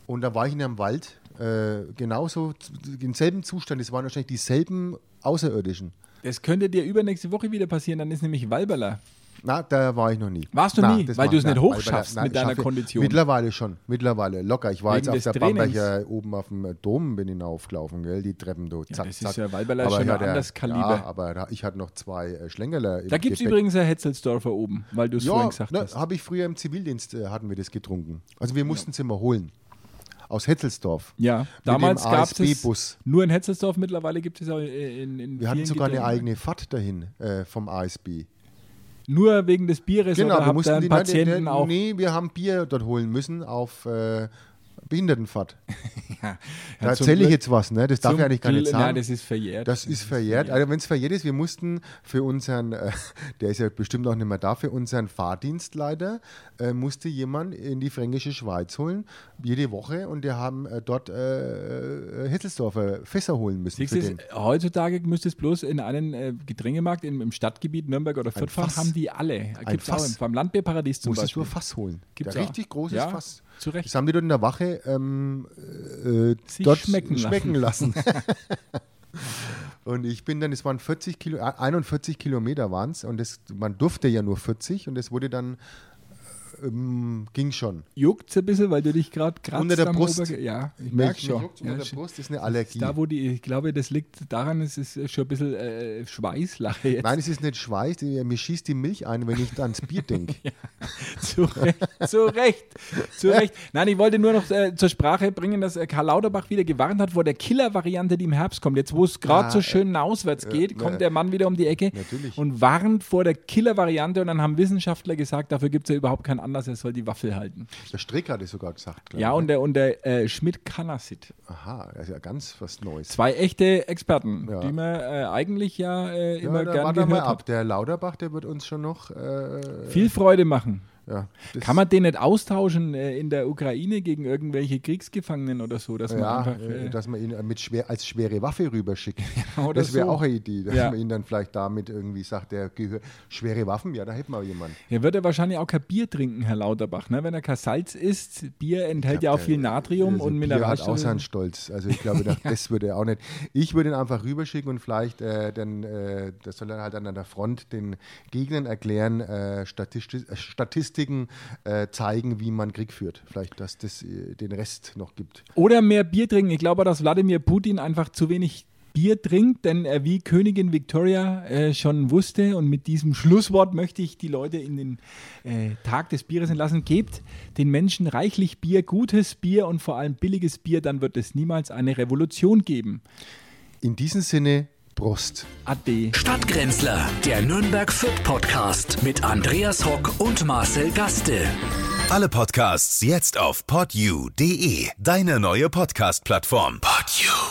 Speaker 2: Und da war ich in einem Wald, äh, genauso z- im selben Zustand. Es waren wahrscheinlich dieselben Außerirdischen.
Speaker 3: Das könnte dir übernächste Woche wieder passieren, dann ist nämlich Walberler.
Speaker 2: Na, da war ich noch nie.
Speaker 3: Warst du
Speaker 2: Na,
Speaker 3: nie?
Speaker 2: das
Speaker 3: Weil
Speaker 2: mach-
Speaker 3: du es
Speaker 2: na,
Speaker 3: nicht
Speaker 2: weil- weil-
Speaker 3: hochschaffst
Speaker 2: na,
Speaker 3: mit
Speaker 2: ich
Speaker 3: deiner
Speaker 2: schaffe-
Speaker 3: Kondition.
Speaker 2: Mittlerweile schon, mittlerweile locker. Ich war
Speaker 3: Wegen
Speaker 2: jetzt auf
Speaker 3: des
Speaker 2: der
Speaker 3: Trainings.
Speaker 2: Bamberger oben auf dem Dom bin hinaufgelaufen, gell? die Treppen do, zack,
Speaker 3: das ist
Speaker 2: zack.
Speaker 3: ja Walberler
Speaker 2: Aber
Speaker 3: schon
Speaker 2: ich
Speaker 3: ein
Speaker 2: hatte-
Speaker 3: anderes Kaliber.
Speaker 2: Ja, aber da, ich hatte noch zwei äh, Schlängerler im
Speaker 3: Da gibt es
Speaker 2: Gepäck.
Speaker 3: übrigens ein Hetzelsdorfer oben, weil du es vorhin gesagt
Speaker 2: ne,
Speaker 3: hast.
Speaker 2: habe ich früher im Zivildienst äh, hatten wir das getrunken. Also wir mussten es immer holen. Aus Hetzelsdorf.
Speaker 3: Ja, damals
Speaker 2: dem
Speaker 3: gab es
Speaker 2: ASB-Bus.
Speaker 3: nur in Hetzelsdorf, mittlerweile gibt es auch in, in
Speaker 2: Wir hatten
Speaker 3: vielen
Speaker 2: sogar eine
Speaker 3: Getränken.
Speaker 2: eigene Fahrt dahin äh, vom ASB.
Speaker 3: Nur wegen des Bieres
Speaker 2: Genau, wir
Speaker 3: oder habt ihr
Speaker 2: mussten
Speaker 3: einen
Speaker 2: die nein, die-
Speaker 3: Patienten
Speaker 2: die-
Speaker 3: auch.
Speaker 2: Nee, wir haben Bier dort holen müssen auf äh, Behindertenfahrt.
Speaker 3: Ja,
Speaker 2: Da
Speaker 3: zum
Speaker 2: erzähle ich
Speaker 3: Glück-
Speaker 2: jetzt was, ne? Das darf
Speaker 3: zum
Speaker 2: ich eigentlich gar nicht
Speaker 3: Glück-
Speaker 2: sagen.
Speaker 3: Nein, das ist verjährt.
Speaker 2: Das ist verjährt. Also wenn es verjährt ist, wir mussten für unseren, äh, *laughs* der ist ja bestimmt auch nicht mehr da, für unseren Fahrdienstleiter äh, musste jemand in die fränkische Schweiz holen, jede Woche und wir haben äh, dort äh, äh, Hetzelsdorfer Fässer holen müssen.
Speaker 3: Siehst
Speaker 2: Für
Speaker 3: du, es-
Speaker 2: den.
Speaker 3: heutzutage müsste es bloß in einen äh, Getränkemarkt im, im Stadtgebiet Nürnberg oder Viertfach
Speaker 2: Fass.
Speaker 3: haben die alle. Gibt's auch
Speaker 2: Fass.
Speaker 3: im, beim Landbierparadies zum
Speaker 2: Musstest du
Speaker 3: Beispiel.
Speaker 2: ein Fass holen.
Speaker 3: Gibt's
Speaker 2: ein
Speaker 3: auch.
Speaker 2: richtig großes
Speaker 3: Ja,
Speaker 2: Fass.
Speaker 3: zu Recht.
Speaker 2: Das haben die dort in der Wache ähm, äh,
Speaker 3: Sich
Speaker 2: dort
Speaker 3: schmecken lassen.
Speaker 2: schmecken
Speaker 3: *laughs*
Speaker 2: lassen. *laughs* Und ich bin dann, es waren 40 Kilo, äh, 41 Kilometer waren es und das, man durfte ja nur 40 und das wurde dann, ähm, ging schon.
Speaker 3: Juckt ein bisschen, weil du dich gerade kratzt.
Speaker 2: Unter der
Speaker 3: am
Speaker 2: Brust.
Speaker 3: Oberge- Ja, ich
Speaker 2: Mir-
Speaker 3: merke
Speaker 2: mir
Speaker 3: schon.
Speaker 2: juckt's
Speaker 3: Ja,
Speaker 2: unter der
Speaker 3: sch-
Speaker 2: Brust, ist eine Allergie.
Speaker 3: Da, wo die, ich glaube, das liegt daran, es ist schon ein bisschen äh, Schweißlache jetzt.
Speaker 2: Nein, es ist nicht Schweiß, die- mir schießt die Milch ein, wenn ich ans
Speaker 3: *laughs*
Speaker 2: Bier denke.
Speaker 3: zu Recht, zu Recht, zu Recht. Nein, ich wollte nur noch äh, zur Sprache bringen, dass äh, Karl Lauterbach wieder gewarnt hat vor der Killer-Variante, die im Herbst kommt. Jetzt, wo es gerade
Speaker 2: Ah,
Speaker 3: so schön nach auswärts geht,
Speaker 2: ne.
Speaker 3: kommt der Mann wieder um die Ecke
Speaker 2: Natürlich.
Speaker 3: und warnt vor der Killer-Variante. Und dann haben Wissenschaftler gesagt, dafür gibt es ja überhaupt keinen Anlass, er soll die Waffel halten.
Speaker 2: Der Strick hatte ich sogar gesagt. glaub ich.
Speaker 3: Ja,
Speaker 2: ne?
Speaker 3: und der, und der äh, Schmidt Kanassit.
Speaker 2: Aha, das ist ja ganz was Neues.
Speaker 3: Zwei echte Experten,
Speaker 2: Ja.
Speaker 3: die man äh, eigentlich ja äh,
Speaker 2: Ja,
Speaker 3: immer
Speaker 2: da
Speaker 3: gern
Speaker 2: warte mal
Speaker 3: gehört
Speaker 2: ab.
Speaker 3: hat.
Speaker 2: Der Lauderbach, der wird uns schon noch. Äh,
Speaker 3: Viel Freude machen.
Speaker 2: ja, das-
Speaker 3: Kann man den nicht austauschen äh, in der Ukraine gegen irgendwelche Kriegsgefangenen oder so, dass man
Speaker 2: Ja,
Speaker 3: einfach,
Speaker 2: äh,
Speaker 3: äh,
Speaker 2: dass man ihn mit schwer, als schwere Waffe
Speaker 3: *laughs*
Speaker 2: rüberschickt.
Speaker 3: oder
Speaker 2: das wäre
Speaker 3: so.
Speaker 2: auch eine Idee, dass
Speaker 3: Ja.
Speaker 2: man ihn dann vielleicht damit irgendwie sagt, der gehört. Schwere Waffen, ja, da hätten wir jemanden.
Speaker 3: er wird ja wahrscheinlich auch kein Bier trinken, Herr Lauterbach. Ne? Wenn er kein Salz isst, Bier enthält ja auch viel Natrium
Speaker 2: Also
Speaker 3: und
Speaker 2: Bier hat auch
Speaker 3: Mineralstoffe.
Speaker 2: seinen Stolz. Also ich glaube, nach- das würde er auch nicht. Ich würde ihn einfach rüberschicken und vielleicht, äh, dann, äh, das soll er halt an der Front den Gegnern erklären, äh, Statisti- äh, Statistiken äh, zeigen, wie man Krieg führt. Vielleicht, dass das äh, den Rest noch gibt.
Speaker 3: Oder mehr Bier trinken. Ich glaube, dass Wladimir Putin einfach zu wenig Bier trinkt, denn er wie Königin Victoria äh, schon wusste und mit diesem Schlusswort möchte ich die Leute in den äh, Tag des Bieres entlassen. Gebt den Menschen reichlich Bier, gutes Bier und vor allem billiges Bier, dann wird es niemals eine Revolution geben.
Speaker 2: In diesem Sinne, Prost.
Speaker 3: Ade.
Speaker 1: Stadtgrenzler, der Nürnberg Fürth Podcast mit Andreas Hock und Marcel Gaste.
Speaker 5: Alle Podcasts jetzt auf podyou.de, deine neue Podcast-Plattform. Podyou.